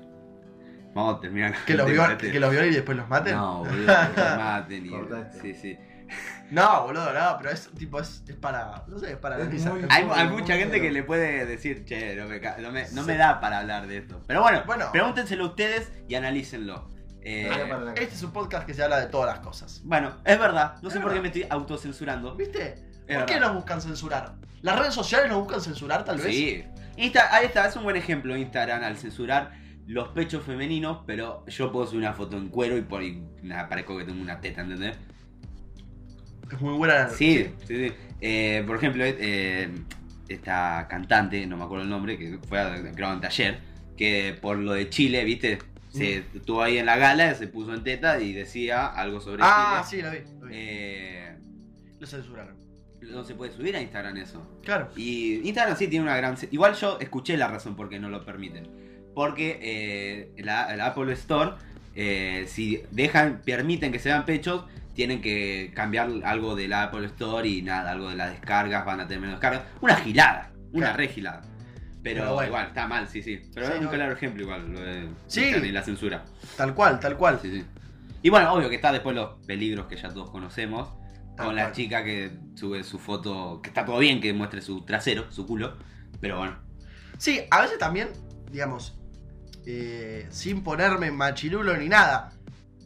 Speaker 2: Vamos a terminar. con
Speaker 1: ¿Que los,
Speaker 2: el este.
Speaker 1: violen,
Speaker 2: debate.
Speaker 1: ¿Que los violen y después los maten? No, *laughs*
Speaker 2: No, boludo, que los maten y.
Speaker 3: Cortaste.
Speaker 2: Sí, sí.
Speaker 1: boludo, no, pero es tipo, es, es para. No sé, es para
Speaker 3: Es
Speaker 1: analizar.
Speaker 3: muy-
Speaker 2: Hay, hay
Speaker 3: Bueno,
Speaker 2: mucha gente
Speaker 3: bueno.
Speaker 2: que le puede decir, che, no me, ca- no me, no me da para hablar de esto. Pero bueno,
Speaker 1: Bueno.
Speaker 2: pregúntenselo ustedes y analícenlo. Eh,
Speaker 3: Tarea para la
Speaker 1: Este es un podcast que se habla de todas las cosas.
Speaker 2: bueno, es verdad, no sé
Speaker 1: Es
Speaker 2: por qué
Speaker 1: verdad.
Speaker 2: me estoy autocensurando.
Speaker 1: ¿Viste?
Speaker 2: Es
Speaker 1: ¿Por qué
Speaker 2: verdad.
Speaker 1: nos buscan censurar? ¿Las redes sociales nos buscan censurar tal vez?
Speaker 2: Sí. Insta- ahí está, es un buen ejemplo Instagram al censurar los pechos femeninos, pero yo puedo subir una foto en cuero y por ahí nada, parezco que tengo una teta, ¿entendés?
Speaker 1: Es muy buena.
Speaker 2: Sí, sí, sí. Eh, por ejemplo, eh, esta cantante, no me acuerdo el nombre, que fue a creo, en taller, que por lo de Chile, viste, se
Speaker 1: Mm.
Speaker 2: estuvo ahí en la gala, se puso en teta y decía algo sobre
Speaker 1: Ah,
Speaker 2: Chile.
Speaker 1: sí, la vi. la vi.
Speaker 2: Eh,
Speaker 1: Lo censuraron.
Speaker 2: no se puede subir a Instagram eso.
Speaker 1: Claro.
Speaker 2: Y Instagram sí tiene una gran... se- Igual yo escuché la razón por qué no lo permiten. Porque eh, la, la Apple Store, eh, si dejan, permiten que se vean pechos, tienen que cambiar algo de la Apple Store y nada, algo de las descargas, van a tener menos descargas. Una gilada, una
Speaker 1: Claro.
Speaker 2: re gilada. Pero,
Speaker 1: Pero bueno.
Speaker 2: igual, está mal, sí, sí. Pero
Speaker 1: Sí,
Speaker 2: es un
Speaker 1: no.
Speaker 2: claro ejemplo igual, lo de
Speaker 1: Sí.
Speaker 2: Instagram y la censura.
Speaker 1: Tal cual, tal cual.
Speaker 2: Sí, sí. Y bueno, obvio que está después los peligros que ya todos conocemos.
Speaker 1: Tal
Speaker 2: Con la
Speaker 1: cual.
Speaker 2: chica que sube su foto, que está todo bien que muestre su trasero, su culo, pero bueno.
Speaker 1: Sí, a veces también, digamos, eh, sin ponerme machirulo ni nada.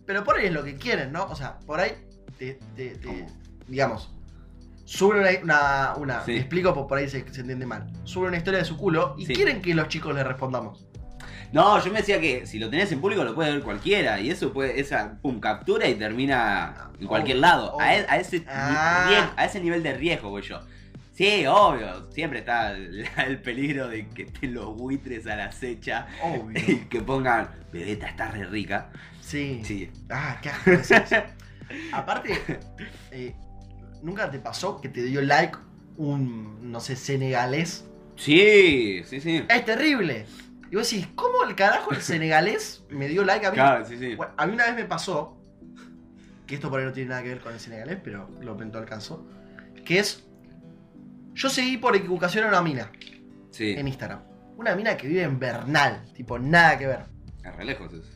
Speaker 1: Pero por ahí es lo que quieren, ¿no? O sea, por ahí te, te- te-
Speaker 2: ¿Cómo?
Speaker 1: digamos, suben una, una, una-
Speaker 2: Sí.
Speaker 1: me explico, por- por ahí se, se entiende mal. Suben una historia de su culo y
Speaker 2: Sí.
Speaker 1: quieren que los chicos le respondamos.
Speaker 2: No, yo me decía que si lo tenés en público lo puede ver cualquiera, y eso puede, esa, pum, captura y termina en cualquier
Speaker 1: Oh,
Speaker 2: lado.
Speaker 1: oh.
Speaker 2: A, e- a ese, ni-
Speaker 1: Ah.
Speaker 2: rie- a ese nivel de riesgo voy yo. Sí, obvio, siempre está el, *laughs* el peligro de que estén los buitres a la acecha y
Speaker 1: Obvio.
Speaker 2: que pongan, Bebeta está re rica.
Speaker 1: sí.
Speaker 2: Sí,
Speaker 1: Ah, qué asco es eso. Aparte, eh, ¿nunca te pasó que te dio like un, no sé, senegalés?
Speaker 2: sí, sí, sí.
Speaker 1: Es terrible. Y vos decís, ¿cómo el carajo el senegalés me dio like a mí?
Speaker 2: Claro, sí, sí.
Speaker 1: Bueno, a mí una vez me pasó, que esto por ahí no tiene nada que ver con el senegalés, pero lo pintó al caso, que es, yo seguí por equivocación a una mina
Speaker 2: Sí,
Speaker 1: en Instagram. Una mina que vive en Bernal, tipo, nada que ver.
Speaker 2: es re lejos eso.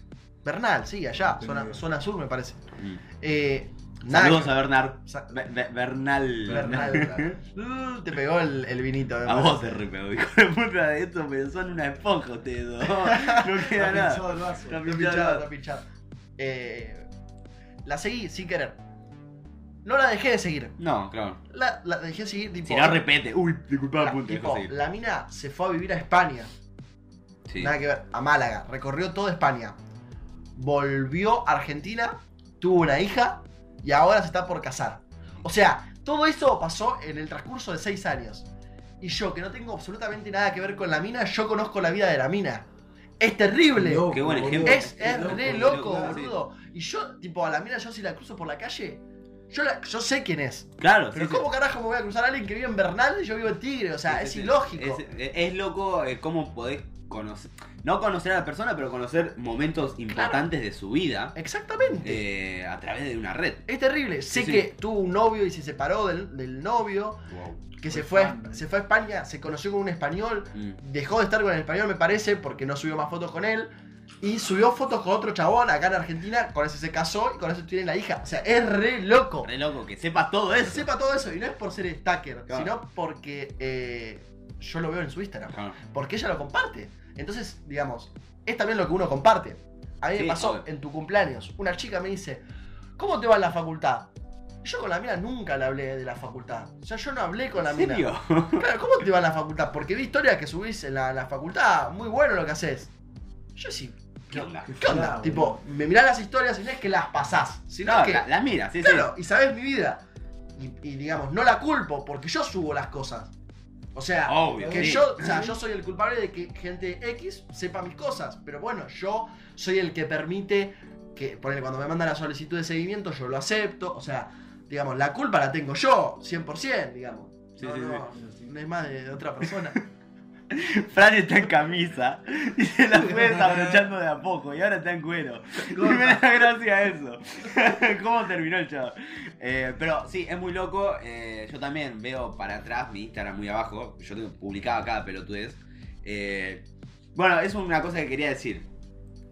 Speaker 1: Bernal, sí, allá,
Speaker 3: Entendido.
Speaker 1: zona, zona sur me parece.
Speaker 2: Mm.
Speaker 1: Eh, nada
Speaker 2: Saludos
Speaker 1: que-
Speaker 2: a Bernard.
Speaker 1: Sa-
Speaker 2: Be- Be- Bernal. *laughs*
Speaker 1: Bernal. Uh, te pegó el, el vinito. me
Speaker 2: A vos
Speaker 1: parece.
Speaker 2: te repego, hijo de puta, esto pensó en una esponja ustedes dos. *laughs* No queda nada.
Speaker 3: pinchado el vaso.
Speaker 2: Está
Speaker 1: Está
Speaker 2: pinchado.
Speaker 1: pinchado, está pinchado. Eh, la seguí sin querer. No la dejé de seguir.
Speaker 2: No, claro.
Speaker 1: La, la dejé seguir tipo.
Speaker 2: Si no, repete. Uy, disculpa,
Speaker 1: la,
Speaker 2: punto.
Speaker 1: Ah, tipo, la mina se fue a vivir a España.
Speaker 2: Sí.
Speaker 1: Nada que ver. A Málaga. Recorrió toda España. Volvió a Argentina. Tuvo una hija. Y ahora se está por casar. O sea, todo eso pasó en el transcurso de seis años. Y yo, que no tengo absolutamente nada que ver con la mina, yo conozco la vida de la mina. Es terrible.
Speaker 3: Loco,
Speaker 2: Qué buen
Speaker 3: boludo.
Speaker 2: ejemplo.
Speaker 1: Es,
Speaker 3: Qué
Speaker 1: es re
Speaker 2: loco,
Speaker 1: loco,
Speaker 2: claro, sí.
Speaker 1: boludo. Y yo, tipo, a la mina, yo si la cruzo por la calle, yo, la- yo sé quién es.
Speaker 2: Claro,
Speaker 1: Pero
Speaker 2: sí,
Speaker 1: ¿cómo carajo me voy a cruzar a alguien que vive en Bernal y yo vivo en Tigre? O
Speaker 2: sí.
Speaker 1: sea,
Speaker 2: Sí,
Speaker 1: es
Speaker 2: sí, sí.
Speaker 1: ilógico.
Speaker 2: Es, eh, es- es loco eh, cómo podés conocer. No conocer a la persona, pero conocer momentos importantes de su vida
Speaker 1: Exactamente.
Speaker 2: eh, a través de una red.
Speaker 1: es terrible. Sé
Speaker 2: sí, sí.
Speaker 1: que tuvo un novio y se separó del, del novio, que se
Speaker 3: Fue
Speaker 1: fue, a,
Speaker 3: fan.
Speaker 1: se fue a España, se conoció con un español,
Speaker 2: Mm.
Speaker 1: dejó de estar con el español, me parece, porque no subió más fotos con él. Y subió fotos con otro chabón acá en Argentina, con ese se casó y con eso tiene la hija. O sea, es re loco.
Speaker 2: Re loco, que sepas todo
Speaker 1: que
Speaker 2: eso.
Speaker 1: sepa todo eso, y no es por ser stalker,
Speaker 2: Claro.
Speaker 1: sino porque eh, yo lo veo en su Instagram.
Speaker 2: Claro.
Speaker 1: Porque ella lo comparte. Entonces, digamos, es también lo que uno comparte. A mí
Speaker 2: Sí,
Speaker 1: me pasó
Speaker 2: obvio.
Speaker 1: en tu cumpleaños, una chica me dice, ¿cómo te va en la facultad? Yo con la mina nunca le hablé de la facultad. O sea, yo no hablé con la
Speaker 2: ¿En
Speaker 1: mina.
Speaker 2: serio?
Speaker 1: Claro, ¿cómo te va en la facultad? Porque vi historias que subís en la, la facultad, muy bueno lo que haces. Yo sí,
Speaker 2: ¿Qué onda?
Speaker 1: ¿qué onda?
Speaker 3: Claro,
Speaker 1: tipo, me mirás las historias y no es que las pasás, sino
Speaker 2: No,
Speaker 1: que
Speaker 2: la, la mira, sí,
Speaker 1: Claro, y sabes mi vida. Y, y, digamos, no la culpo porque yo subo las cosas. O
Speaker 2: sí.
Speaker 1: sea,
Speaker 2: Obvio.
Speaker 1: que
Speaker 2: Oh, sí.
Speaker 1: yo, o sea, yo soy el culpable de que gente X sepa mis cosas. Pero bueno, yo soy el que permite que, ponele, cuando me mandan la solicitud de seguimiento, yo lo acepto. O sea, digamos, la culpa la tengo yo, 100%, digamos.
Speaker 2: Sí,
Speaker 1: no,
Speaker 2: sí,
Speaker 1: no, no es más de, de otra
Speaker 2: *laughs*
Speaker 1: persona.
Speaker 2: Fran está en camisa *laughs* y se la
Speaker 1: *laughs*
Speaker 2: fue desabrochando de a poco y ahora está en cuero. Y *laughs* me da gracia eso. *laughs* ¿Cómo terminó el chavo? Eh, pero sí, es muy loco. eh, yo también veo para atrás mi Instagram muy abajo. Yo tengo- publicaba cada pelotudez. Eh, bueno, es una cosa que quería decir.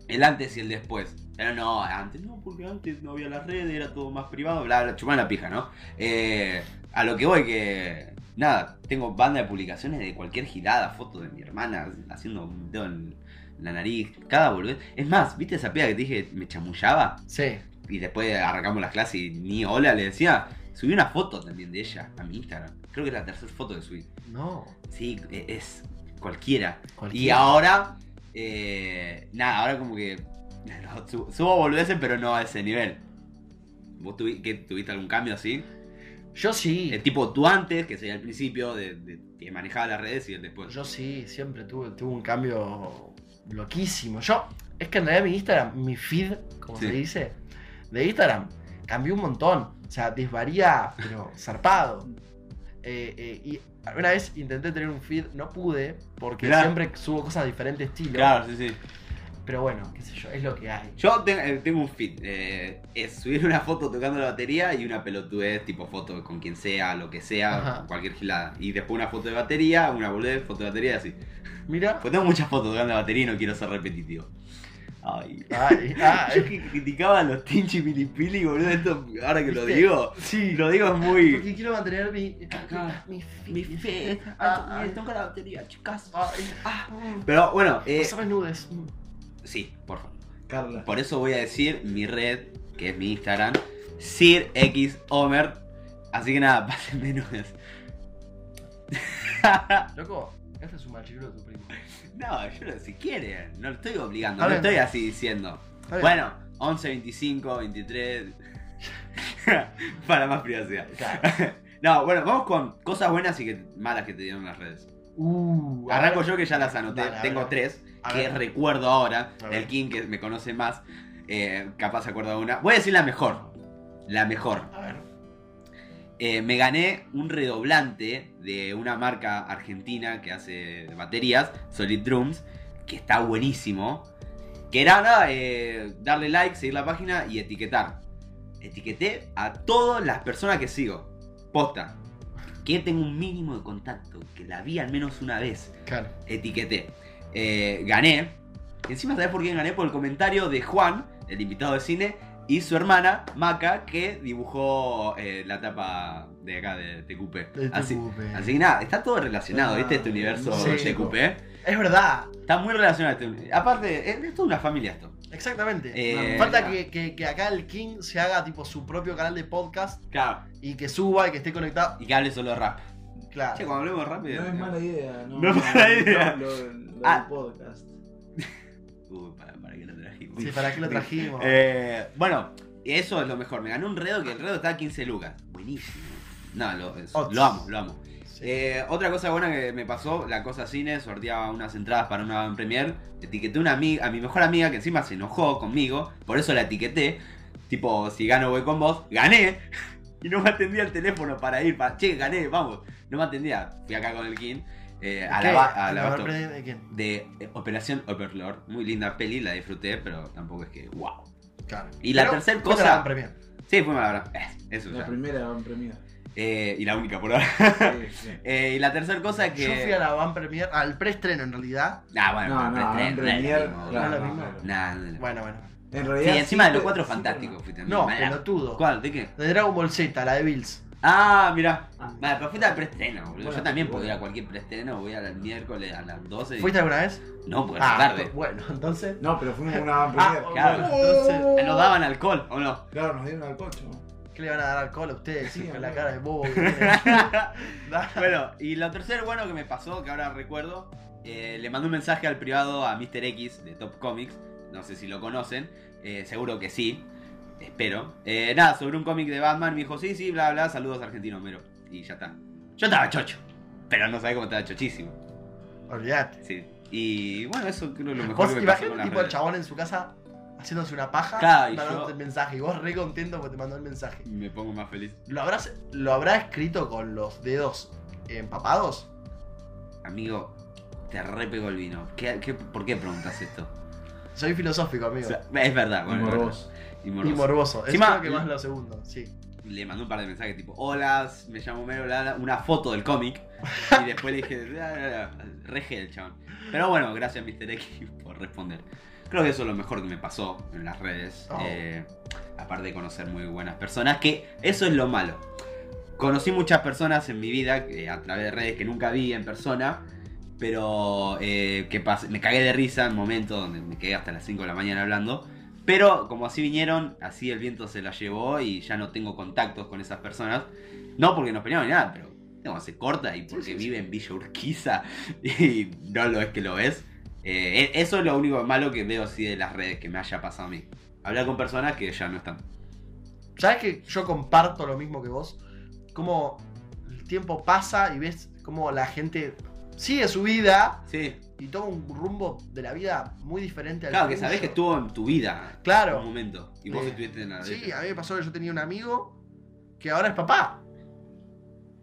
Speaker 2: El antes y el después. Pero no, antes no, porque antes no había las redes, era todo más privado, bla, bla, chupan la pija, ¿no? Eh, a lo que voy, que. Nada, tengo banda de publicaciones de cualquier girada, fotos de mi hermana haciendo un dedo en la nariz, cada boludez. Es más, ¿viste esa piba que te dije me chamullaba?
Speaker 1: Sí.
Speaker 2: Y después arrancamos las clases y ni hola le decía. Subí una foto también de ella a mi Instagram. Creo que es la tercera foto que subí.
Speaker 1: No.
Speaker 2: Sí, e- es cualquiera. Y
Speaker 1: Cualquiera.
Speaker 2: ahora, eh, nada, ahora como que *laughs* no, subo, subo boludeces, pero no a ese nivel. ¿Vos tuvi- qué, tuviste algún cambio así?
Speaker 1: Yo sí.
Speaker 2: El tipo tú antes, que sería el principio, de, de- que manejaba las redes y el después.
Speaker 1: Yo sí, siempre tuve, tuve un cambio loquísimo. Yo, es que en realidad mi Instagram, mi feed, como
Speaker 2: Sí.
Speaker 1: se dice, de Instagram, cambió un montón. O sea, desvaría,
Speaker 2: *laughs*
Speaker 1: pero zarpado. Eh, eh, y una vez intenté tener un feed, no pude, porque
Speaker 2: Mirá.
Speaker 1: siempre subo cosas de diferente estilo.
Speaker 2: Claro, sí, sí.
Speaker 1: Pero bueno, qué sé yo, es lo que hay.
Speaker 2: Yo te- eh, tengo un fit. eh, es subir una foto tocando la batería y una pelotudez, tipo foto con quien sea, lo que sea,
Speaker 1: Ajá.
Speaker 2: cualquier gilada. Y después una foto de batería, una boludez, foto de batería, así.
Speaker 1: Mira.
Speaker 2: Pues tengo muchas fotos tocando la batería y no quiero ser repetitivo. Ay. *laughs*
Speaker 1: Ay, ay.
Speaker 2: Yo que criticaba a los Tinchi Pilipili, boludo, esto, ahora que lo
Speaker 1: ¿Viste?
Speaker 2: digo,
Speaker 1: Sí,
Speaker 2: lo digo es muy...
Speaker 1: porque quiero mantener mi.
Speaker 2: Acá.
Speaker 1: Mi feed.
Speaker 2: Mi fe,
Speaker 1: Ah, ah,
Speaker 2: toca la batería, chicas.
Speaker 1: ay, ah,
Speaker 2: Pero bueno, eh,
Speaker 1: Pásame nudes. Mm.
Speaker 2: sí, por favor.
Speaker 3: Carla.
Speaker 2: Por eso voy a decir mi red, que es mi Instagram, SirXHomer. Así que nada, *laughs* pásenme nudes.
Speaker 1: Loco, este es un machirro de tu primo.
Speaker 2: No, yo lo, si quieren, no lo estoy obligando,
Speaker 1: Está
Speaker 2: no
Speaker 1: bien.
Speaker 2: estoy así diciendo.
Speaker 1: Está bien.
Speaker 2: Bueno, 11, 25, 23. *laughs* Para más privacidad.
Speaker 1: Claro.
Speaker 2: No, bueno, vamos con cosas buenas y que, malas que te dieron las redes.
Speaker 1: Uh,
Speaker 2: Arranco yo que ya las anoté,
Speaker 1: Dale, a
Speaker 2: tengo
Speaker 1: ver.
Speaker 2: tres,
Speaker 1: A
Speaker 2: que
Speaker 1: ver.
Speaker 2: recuerdo ahora,
Speaker 1: A ver.
Speaker 2: el King que me conoce más, eh, capaz se acuerda de una. Voy a decir la mejor, la mejor.
Speaker 1: A ver.
Speaker 2: Eh, me gané un redoblante de una marca argentina que hace baterías, Solid Drums, que está buenísimo. Que era nada, eh, darle like, seguir la página y etiquetar. Etiqueté a todas las personas que sigo. Posta. Que tengo un mínimo de contacto, que la vi al menos una vez.
Speaker 1: Claro.
Speaker 2: Etiqueté. Eh, gané. Y encima, ¿sabés por qué gané? Por el comentario de Juan, el invitado de cine, y su hermana, Maca, que dibujó eh, la tapa de acá, de TQP. Así, así que nada, está todo relacionado, ¿viste? Este universo
Speaker 1: Ah, Sí.
Speaker 2: de TQP.
Speaker 1: Es verdad.
Speaker 2: Está muy relacionado. Este, aparte, es, es toda una familia esto.
Speaker 1: Exactamente.
Speaker 2: Eh,
Speaker 1: Falta que, que- que acá el King se haga tipo su propio canal de podcast
Speaker 2: Claro.
Speaker 1: y que suba y que esté conectado.
Speaker 2: Y que hable solo de rap. Che,
Speaker 1: Claro.
Speaker 2: cuando hablemos eh,
Speaker 3: No
Speaker 2: rápido.
Speaker 3: es mala idea, no.
Speaker 2: No es mala idea.
Speaker 3: No, lo, lo
Speaker 2: Ah.
Speaker 3: del podcast.
Speaker 2: Uy, uh, para, para que lo trajimos.
Speaker 1: Sí, ¿para qué lo trajimos?
Speaker 2: Eh, bueno, eso es lo mejor. Me gané un redo que el redo está a 15 lucas. Buenísimo. No, lo, es-
Speaker 1: Ots.
Speaker 2: lo amo, lo amo.
Speaker 1: Sí.
Speaker 2: Eh, otra cosa buena que me pasó, la cosa cine, sorteaba unas entradas para una van premier. Etiqueté una ami- a mi mejor amiga que encima se enojó conmigo, por eso la etiqueté. Tipo, si gano voy con vos, gané. *laughs* Y no me atendía el teléfono para ir, para, che, gané, vamos. No me atendía. Fui acá con el King. eh, a la,
Speaker 1: ¿Qué?
Speaker 2: ba- a la
Speaker 1: ¿La
Speaker 2: Basto-
Speaker 1: Barpre- de quién?
Speaker 2: de eh, Operación Overlord. Muy linda peli, la disfruté, pero tampoco es que, wow.
Speaker 1: Claro.
Speaker 2: Y la
Speaker 1: Pero
Speaker 2: tercer
Speaker 1: fue
Speaker 2: cosa-
Speaker 1: la Gran Premier.
Speaker 2: Sí, fue mala verdad. Eh, Eso
Speaker 3: La
Speaker 2: ya.
Speaker 3: primera van
Speaker 2: *laughs*
Speaker 3: premiada.
Speaker 2: Eh, y la única por ahora. *laughs*
Speaker 3: Sí, sí.
Speaker 2: Eh, y la tercera cosa que.
Speaker 1: Yo fui a la Van Premier, al preestreno en realidad.
Speaker 2: Ah, bueno,
Speaker 3: No,
Speaker 2: pero
Speaker 3: no,
Speaker 2: tres,
Speaker 3: van
Speaker 2: tres,
Speaker 3: premier.
Speaker 2: no,
Speaker 1: claro.
Speaker 3: no,
Speaker 1: no,
Speaker 3: no,
Speaker 1: no.
Speaker 3: no.
Speaker 2: Nah, no, no.
Speaker 1: Bueno, bueno.
Speaker 3: En
Speaker 2: Sí,
Speaker 3: realidad.
Speaker 2: encima de los
Speaker 3: siempre-
Speaker 2: cuatro
Speaker 3: siempre
Speaker 2: fantásticos
Speaker 3: no.
Speaker 2: fui también.
Speaker 1: No,
Speaker 2: Mala.
Speaker 1: pelotudo.
Speaker 2: ¿Cuál? ¿De qué?
Speaker 1: De Dragon Ball Z, la de Bills.
Speaker 2: Ah, mirá.
Speaker 3: Ah.
Speaker 2: Vale, pero fuiste al preestreno, boludo. Yo
Speaker 3: Bueno,
Speaker 2: también
Speaker 3: bueno.
Speaker 2: podía ir a cualquier preestreno, voy al miércoles a las 12. y-
Speaker 1: ¿Fuiste alguna vez? Ah,
Speaker 2: No, porque era tarde.
Speaker 1: *laughs* bueno, entonces.
Speaker 3: No, pero fuimos a una van
Speaker 1: Ah,
Speaker 3: premiada.
Speaker 2: claro.
Speaker 1: bueno, entonces.
Speaker 2: Ah, ¿Nos daban alcohol o no?
Speaker 3: Claro, nos dieron al cocho.
Speaker 1: ¿Qué le van a dar alcohol a ustedes?
Speaker 3: Sí,
Speaker 1: con
Speaker 3: amigo.
Speaker 1: la cara de
Speaker 3: *laughs*
Speaker 1: bobo. que tienen? Da-
Speaker 2: Bueno, y lo tercero bueno que me pasó, que ahora recuerdo, eh, le mandé un mensaje al privado a Mr. X de Top Comics, no sé si lo conocen, eh, seguro que sí, espero. Eh, nada, sobre un cómic de Batman, me dijo, sí, sí, bla, bla, saludos argentinos, mero. Y ya está. Yo estaba chocho, pero no sabía cómo estaba chochísimo.
Speaker 1: Olvídate.
Speaker 2: Sí. Y bueno, eso creo que es lo mejor
Speaker 1: Vos
Speaker 2: que me pasó con
Speaker 1: imagínate
Speaker 2: las
Speaker 1: tipo el
Speaker 2: redes.
Speaker 1: chabón en su casa haciéndose una paja,
Speaker 2: Claro, y
Speaker 1: mandándote
Speaker 2: yo-
Speaker 1: el mensaje. Y vos re contento porque te mandó el mensaje.
Speaker 2: Me pongo más feliz.
Speaker 1: ¿Lo, habrás, ¿Lo habrá escrito con los dedos empapados?
Speaker 2: Amigo, te re pegó el vino. ¿Qué, qué- por qué preguntas esto?
Speaker 1: Soy filosófico, amigo.
Speaker 2: O sea, es verdad,
Speaker 3: Y
Speaker 2: bueno. es verdad.
Speaker 3: morboso.
Speaker 2: Y morboso.
Speaker 1: y morboso. Es
Speaker 2: Encima-
Speaker 1: creo que más lo segundo, sí.
Speaker 2: le mandé un par de mensajes tipo, hola, me llamo Mero, bla, bla", una foto del cómic. Y después le dije, "Bla, bla, bla", re gel, chabón. Pero bueno, gracias Mr. X *laughs* por responder. Creo que eso es lo mejor que me pasó en las redes.
Speaker 1: Oh.
Speaker 2: eh, aparte de conocer muy buenas personas, que eso es lo malo. Conocí muchas personas en mi vida eh, a través de redes que nunca vi en persona, pero eh, que pas- me cagué de risa en momentos donde me quedé hasta las 5 de la mañana hablando. Pero como así vinieron, así el viento se la llevó y ya no tengo contactos con esas personas. No porque nos peleamos ni nada, pero no, se corta y porque
Speaker 1: sí, sí.
Speaker 2: vive en Villa Urquiza *laughs* y no lo es que lo es. Eh, e- eso es lo único malo que veo así de las redes que me haya pasado a mí. Hablar con personas que ya no están.
Speaker 1: ¿Sabes que yo comparto lo mismo que vos? Cómo el tiempo pasa y ves cómo la gente sigue su vida
Speaker 2: Sí.
Speaker 1: y toma un rumbo de la vida muy diferente al
Speaker 2: Claro, que
Speaker 1: tuyo.
Speaker 2: sabés que estuvo en tu vida. En un
Speaker 1: Claro.
Speaker 2: momento. Y vos
Speaker 1: Eh,
Speaker 2: estuviste en la
Speaker 1: Sí,
Speaker 2: derecha.
Speaker 1: a mí me pasó que yo tenía un amigo que ahora es papá.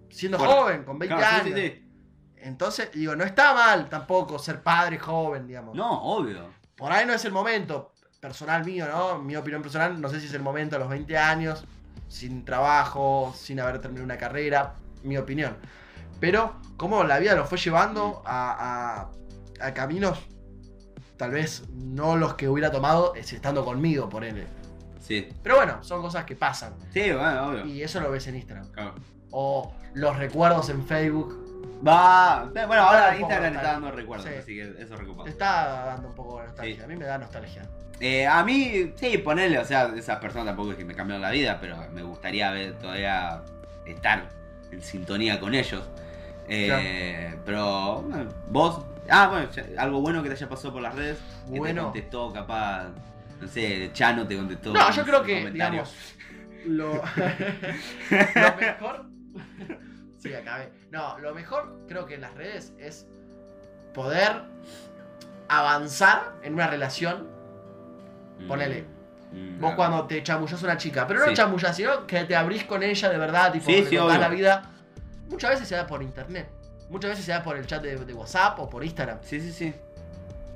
Speaker 1: Siendo
Speaker 2: Bueno,
Speaker 1: joven, con 20
Speaker 2: Claro, sí,
Speaker 1: años.
Speaker 2: sí, sí.
Speaker 1: Entonces, digo, no está mal tampoco ser padre joven, digamos.
Speaker 2: No, obvio.
Speaker 1: Por ahí no es el momento. Personal mío, ¿no? Mi opinión personal, no sé si es el momento a los 20 años, sin trabajo, sin haber terminado una carrera, mi opinión. Pero cómo la vida lo fue llevando a, a- a caminos, tal vez no los que hubiera tomado es estando conmigo, por él.
Speaker 2: Sí.
Speaker 1: Pero bueno, son cosas que pasan.
Speaker 2: Sí, bueno, obvio.
Speaker 1: Y eso lo ves en Instagram.
Speaker 2: Claro.
Speaker 1: O los recuerdos en Facebook.
Speaker 2: Va. Bueno, ahora
Speaker 1: un poco
Speaker 2: Instagram está
Speaker 1: nostálgico.
Speaker 2: dando recuerdos,
Speaker 1: Sí.
Speaker 2: así que eso es
Speaker 1: Te
Speaker 2: recopado.
Speaker 1: está dando un poco de nostalgia. A mí me da nostalgia.
Speaker 2: Eh, a mí, sí, ponerle, o sea, esas personas tampoco es que me cambiaron la vida, pero me gustaría ver, todavía estar en sintonía con ellos. Eh, Pero, bueno, vos, ah, bueno, ya- algo bueno que te haya pasado por las redes, que te
Speaker 1: Bueno.
Speaker 2: contestó capaz, no sé, Chano te contestó.
Speaker 1: No, yo
Speaker 2: un
Speaker 1: creo que,
Speaker 2: comentario.
Speaker 1: digamos,
Speaker 2: *laughs*
Speaker 1: lo, *laughs* lo mejor. *laughs* Sí, acabé. No, lo mejor creo que en las redes es poder avanzar en una relación.
Speaker 2: Mm,
Speaker 1: ponele.
Speaker 2: mm,
Speaker 1: Vos
Speaker 2: claro.
Speaker 1: cuando te chamullás a una chica, pero no
Speaker 2: Sí.
Speaker 1: chamullás, sino que te abrís con ella de verdad, tipo,
Speaker 2: Sí,
Speaker 1: le
Speaker 2: sí,
Speaker 1: contás
Speaker 2: obvio.
Speaker 1: la vida. Muchas veces se da por internet. Muchas veces se da por el chat de, de WhatsApp o por Instagram.
Speaker 2: Sí, sí, sí,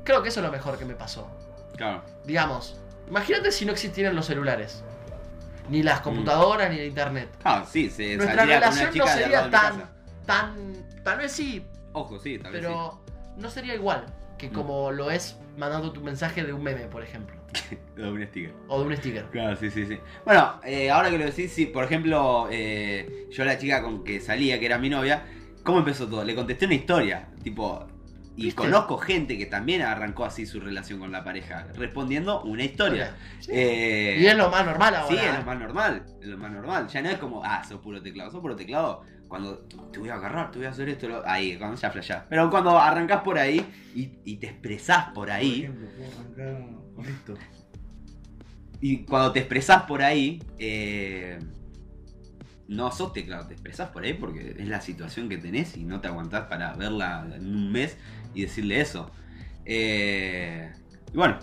Speaker 1: Creo que eso es lo mejor que me pasó.
Speaker 2: claro.
Speaker 1: Digamos, imagínate si no existieran los celulares. Ni
Speaker 2: Mm.
Speaker 1: las computadoras, ni el internet.
Speaker 2: Ah, sí, se
Speaker 1: Nuestra
Speaker 2: saldría con
Speaker 1: relación
Speaker 2: una
Speaker 1: no
Speaker 2: chica de al
Speaker 1: sería
Speaker 2: lado de mi
Speaker 1: tan-
Speaker 2: casa.
Speaker 1: Tan. Tal vez sí,
Speaker 2: Ojo, sí, tal vez sí.
Speaker 1: Pero no sería igual que
Speaker 2: Mm.
Speaker 1: como lo es mandando tu mensaje de un meme, por ejemplo.
Speaker 2: Doy un sticker.
Speaker 1: O de un sticker.
Speaker 2: Claro, sí, sí, sí. Bueno, eh, ahora que lo decís, sí, por ejemplo, eh, yo la chica con que salía, que era mi novia, ¿cómo empezó todo? Le contesté una historia, tipo, y
Speaker 1: ¿Viste?
Speaker 2: conozco gente que también arrancó así su relación con la pareja, respondiendo una historia.
Speaker 1: Sí.
Speaker 2: Eh,
Speaker 1: y es lo más normal ahora.
Speaker 2: Sí, es lo más normal, es lo más normal. Ya no es como, ah, sos puro teclado, sos puro teclado. Cuando te voy a agarrar, te voy a hacer esto, lo- ahí, cuando ya flashás. Pero cuando arrancás por ahí y, y te expresás por ahí,
Speaker 3: Por ejemplo, puedo arrancar con esto.
Speaker 2: Y cuando te expresás por ahí, eh, no sos teclado, te expresás por ahí porque es la situación que tenés y no te aguantás para verla en un mes y decirle eso. Eh, y bueno,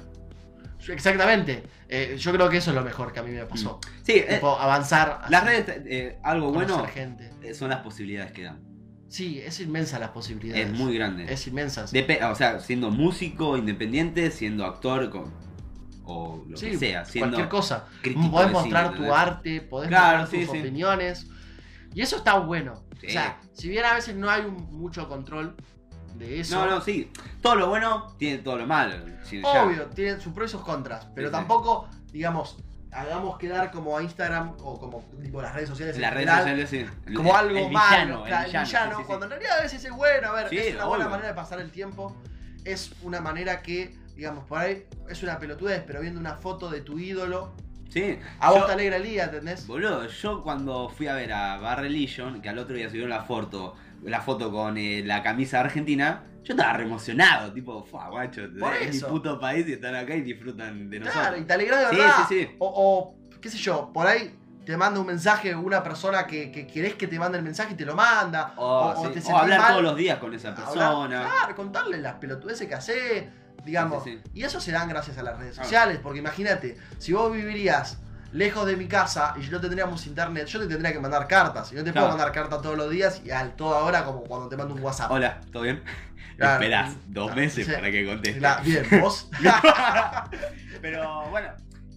Speaker 1: Yo- Exactamente. Eh, yo creo que eso es lo mejor que a mí me pasó.
Speaker 2: sí, eh,
Speaker 1: Tipo, avanzar.
Speaker 2: las
Speaker 1: así,
Speaker 2: redes, eh, algo
Speaker 1: conocer
Speaker 2: bueno
Speaker 1: gente.
Speaker 2: eh, son las posibilidades que dan.
Speaker 1: Sí, es inmensa las posibilidades.
Speaker 2: Es muy grande.
Speaker 1: Es inmensa.
Speaker 2: Depe- o sea, siendo músico independiente, siendo actor con- o lo
Speaker 1: Sí,
Speaker 2: que sea, siendo
Speaker 1: Cualquier cosa.
Speaker 2: crítico
Speaker 1: podés
Speaker 2: de cine,
Speaker 1: mostrar tu
Speaker 2: ¿entendés?
Speaker 1: arte, podés
Speaker 2: Claro,
Speaker 1: mostrar
Speaker 2: sí,
Speaker 1: tus
Speaker 2: sí.
Speaker 1: opiniones. Y eso está bueno.
Speaker 2: Sí.
Speaker 1: O sea, si bien a veces no hay un- mucho control de eso.
Speaker 2: No, no, sí. Todo lo bueno tiene todo lo malo. Sí, ya.
Speaker 1: Obvio, tienen sus pros y sus contras, pero
Speaker 2: Sí, sí.
Speaker 1: tampoco, digamos, hagamos quedar como a Instagram o como tipo, las redes sociales en
Speaker 2: las redes
Speaker 1: general,
Speaker 2: sociales, sí. El-
Speaker 1: como algo
Speaker 2: el
Speaker 1: malo,
Speaker 2: villano,
Speaker 1: claro, el
Speaker 2: villano,
Speaker 1: villano,
Speaker 2: sí, sí,
Speaker 1: cuando
Speaker 2: sí.
Speaker 1: en realidad a veces es bueno, a ver,
Speaker 2: Sí,
Speaker 1: es una buena
Speaker 2: obvio.
Speaker 1: manera de pasar el tiempo, es una manera que, digamos, por ahí es una pelotudez, pero viendo una foto de tu ídolo,
Speaker 2: Sí.
Speaker 1: a vos
Speaker 2: Yo-
Speaker 1: te alegra el día, ¿entendés?
Speaker 2: Boludo, yo cuando fui a ver a Bar Religion, que al otro día subieron la foto, la foto con eh, la camisa argentina, yo estaba re emocionado, tipo, fa, guacho,
Speaker 1: Por
Speaker 2: es mi
Speaker 1: eso.
Speaker 2: puto país y están acá y disfrutan de nosotros.
Speaker 1: Claro, y te alegra de
Speaker 2: Sí,
Speaker 1: verdad.
Speaker 2: sí, sí.
Speaker 1: O, o, qué sé yo, por ahí te manda un mensaje una persona que, que querés que te mande el mensaje y te lo manda.
Speaker 2: O,
Speaker 1: o- o
Speaker 2: sí,
Speaker 1: te
Speaker 2: o
Speaker 1: sentís
Speaker 2: hablar
Speaker 1: mal.
Speaker 2: todos los días con esa persona.
Speaker 1: Hablar, claro, contarle las pelotudeces que hace, digamos.
Speaker 2: Sí, sí,
Speaker 1: Y eso se dan gracias a las redes
Speaker 2: Ah.
Speaker 1: sociales, porque imagínate, si vos vivirías lejos de mi casa y no tendríamos internet, yo te tendría que mandar cartas. Y no te
Speaker 2: Claro.
Speaker 1: puedo mandar cartas todos los días y al toda hora como cuando te mando un WhatsApp.
Speaker 2: Hola, ¿todo bien?
Speaker 1: Claro.
Speaker 2: Esperás dos
Speaker 1: Ah,
Speaker 2: meses
Speaker 1: *laughs* sí. *laughs*
Speaker 2: *laughs* para que conteste.
Speaker 1: La- bien, vos.
Speaker 2: Pero bueno, eh,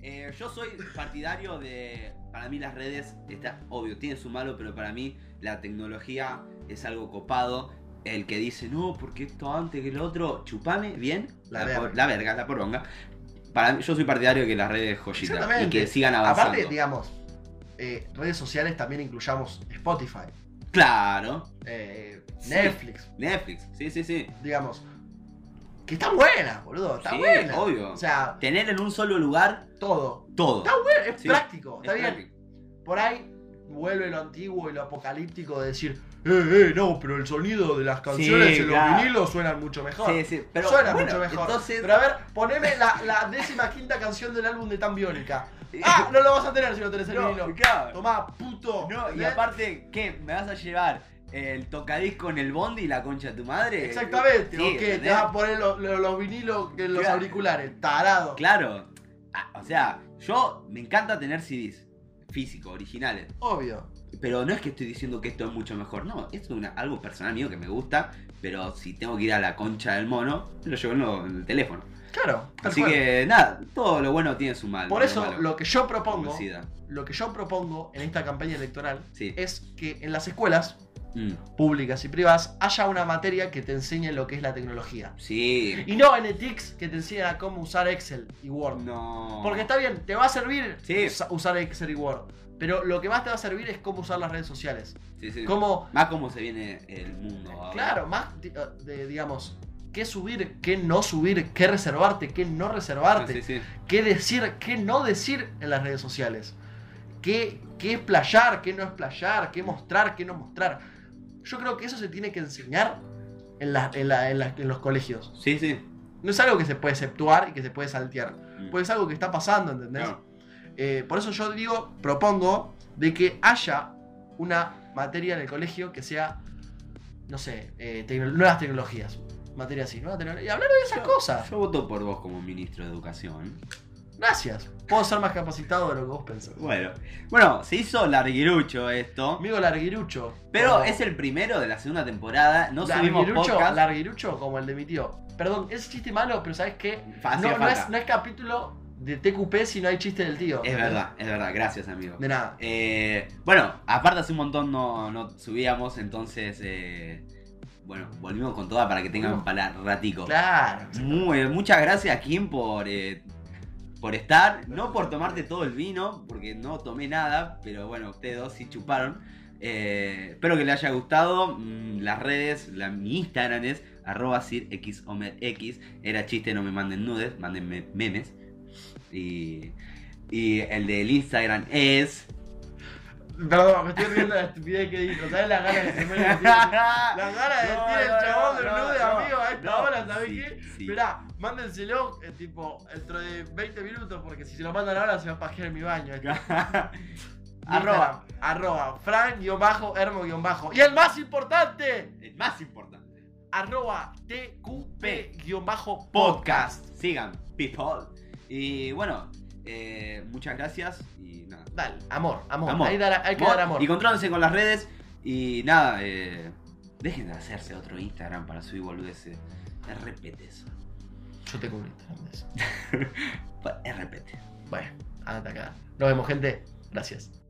Speaker 2: Eh, yo soy partidario de. Para mí, las redes, está obvio, tiene su malo, pero para mí, la tecnología es algo copado. El que dice, no, porque esto antes que lo otro, chupame bien.
Speaker 1: La
Speaker 2: por-
Speaker 1: verga.
Speaker 2: la verga, la poronga. Para mí- yo soy partidario de que las redes joyitas y
Speaker 1: Exactamente.
Speaker 2: que sigan avanzando.
Speaker 1: Aparte, digamos, eh, redes sociales también incluyamos Spotify,
Speaker 2: Claro,
Speaker 1: eh,
Speaker 2: Sí.
Speaker 1: Netflix,
Speaker 2: Netflix, sí, sí, sí.
Speaker 1: digamos. Que está buena, boludo, está
Speaker 2: Sí,
Speaker 1: buena.
Speaker 2: obvio.
Speaker 1: O sea,
Speaker 2: Tener en un solo lugar
Speaker 1: todo.
Speaker 2: todo.
Speaker 1: Está bueno, es
Speaker 2: Sí,
Speaker 1: práctico, está
Speaker 2: Es
Speaker 1: bien.
Speaker 2: práctico.
Speaker 1: Por ahí vuelve lo antiguo y lo apocalíptico de decir, eh, eh, no, pero el sonido de las canciones en
Speaker 2: claro.
Speaker 1: los vinilos suenan mucho mejor.
Speaker 2: Sí, sí, pero
Speaker 1: Suena
Speaker 2: bueno,
Speaker 1: mucho mejor.
Speaker 2: Entonces,
Speaker 1: Pero a ver, poneme la, la décima quinta canción del álbum de Tan Biónica. ¡Ah! No lo vas a tener si no tenés el vinilo.
Speaker 2: *laughs* no, claro.
Speaker 1: Tomá, puto.
Speaker 2: No, y
Speaker 1: ¿Eh?
Speaker 2: aparte, ¿qué? ¿Me vas a llevar el tocadisco en el bondi y la concha de tu madre?
Speaker 1: Exactamente,
Speaker 2: Sí,
Speaker 1: ¿o qué? Te
Speaker 2: ¿entendés?
Speaker 1: vas a poner lo- lo- los vinilos en los
Speaker 2: Claro.
Speaker 1: auriculares, tarado.
Speaker 2: Claro. Ah, o sea, yo me encanta tener CDs físicos, originales.
Speaker 1: Obvio.
Speaker 2: Pero no es que estoy diciendo que esto es mucho mejor. No, esto es una- algo personal mío que me gusta. Pero si tengo que ir a la concha del mono, lo llevo en, lo- en el teléfono.
Speaker 1: Claro. tal
Speaker 2: Así
Speaker 1: cual.
Speaker 2: que nada, todo lo bueno tiene su mal.
Speaker 1: Por eso
Speaker 2: malo.
Speaker 1: lo que yo propongo,
Speaker 2: Publicidad.
Speaker 1: lo que yo propongo en esta campaña electoral
Speaker 2: Sí.
Speaker 1: es que en las escuelas
Speaker 2: Mm.
Speaker 1: públicas y privadas haya una materia que te enseñe lo que es la tecnología.
Speaker 2: Sí.
Speaker 1: Y no en ETICS que te enseña cómo usar Excel y Word.
Speaker 2: No.
Speaker 1: Porque está bien, te va a servir
Speaker 2: Sí.
Speaker 1: usa- usar Excel y Word. Pero lo que más te va a servir es cómo usar las redes sociales.
Speaker 2: Sí, sí.
Speaker 1: Cómo,
Speaker 2: Más como se viene el mundo ahora.
Speaker 1: claro, más, di- eh, de- digamos, qué subir, qué no subir, qué reservarte, qué no reservarte,
Speaker 2: Ah, Sí, sí.
Speaker 1: qué decir, qué no decir en las redes sociales. Qué, qué explayar, qué no explayar, qué mostrar, qué no mostrar. Yo creo que eso se tiene que enseñar en, la- en la- en la- en los colegios.
Speaker 2: Sí, sí.
Speaker 1: No es algo que se puede exceptuar y que se puede saltear.
Speaker 2: Mm.
Speaker 1: Pues es algo que está pasando, ¿entendés?
Speaker 2: Claro.
Speaker 1: Eh, por eso yo digo, propongo de que haya una materia en el colegio que sea, no sé, eh, tecno- nuevas tecnologías. Materia así, nuevas tecnologías. Y hablar de esas cosas.
Speaker 2: Yo voto por vos como ministro de educación.
Speaker 1: Gracias. Puedo ser más capacitado de lo que vos pensás.
Speaker 2: Bueno, bueno, se hizo larguirucho esto.
Speaker 1: Amigo Larguirucho.
Speaker 2: Pero
Speaker 1: como-
Speaker 2: es el primero de la segunda temporada. No subimos
Speaker 1: larguirucho,
Speaker 2: podcast.
Speaker 1: larguirucho como el de mi tío. Perdón, es chiste malo, pero ¿sabes qué?
Speaker 2: Hacía
Speaker 1: No, no,
Speaker 2: falta.
Speaker 1: es, no es capítulo de TQP si no hay chiste del tío.
Speaker 2: Es verdad, es verdad. Gracias, amigo.
Speaker 1: De nada.
Speaker 2: Eh, bueno, aparte hace un montón no, no subíamos, entonces... eh, bueno, volvimos con toda para que tengan
Speaker 1: Volvimos.
Speaker 2: para ratico.
Speaker 1: Claro.
Speaker 2: Muy, muchas gracias, Kim, por, eh, por estar. No por tomarte todo el vino, porque no tomé nada, pero bueno, ustedes dos sí chuparon. Eh, espero que les haya gustado. Mm, Las redes, la, mi Instagram es arroba sirxomerx. Era chiste, no me manden nudes, mándenme memes. Y, y el del Instagram es...
Speaker 1: *laughs* Perdón, me estoy riendo *laughs* de la estupidez que dijo. ¿Sabes las ganas que se me han metido?
Speaker 2: *laughs*
Speaker 1: Las ganas *laughs* de
Speaker 2: No,
Speaker 1: decir el
Speaker 2: no,
Speaker 1: chabón
Speaker 2: no,
Speaker 1: del
Speaker 2: no,
Speaker 1: nude,
Speaker 2: no,
Speaker 1: amigo, a esta
Speaker 2: no.
Speaker 1: hora, ¿sabés
Speaker 2: Sí,
Speaker 1: qué?
Speaker 2: sí.
Speaker 1: Mirá, mándenselo, eh, tipo, dentro de 20 minutos, porque si se lo mandan ahora se va a pajear en mi
Speaker 2: *laughs*
Speaker 1: baño. eh.
Speaker 2: arroba.
Speaker 1: Instagram, arroba, fran-hermo-bajo. Y el más importante,
Speaker 2: El más importante.
Speaker 1: arroba tqp-podcast.
Speaker 2: Sigan, people. Y bueno, eh, muchas gracias y nada.
Speaker 1: Dale, amor, amor,
Speaker 2: Amor.
Speaker 1: Ahí dará- hay que dar amor.
Speaker 2: Y contrólense con las redes. Y nada, eh, dejen de hacerse otro Instagram para subir boludeces. RPT eso.
Speaker 1: Yo te cubrí. Fernández.
Speaker 2: Pa- RPT.
Speaker 1: Bueno, hasta acá. Nos vemos, gente. Gracias.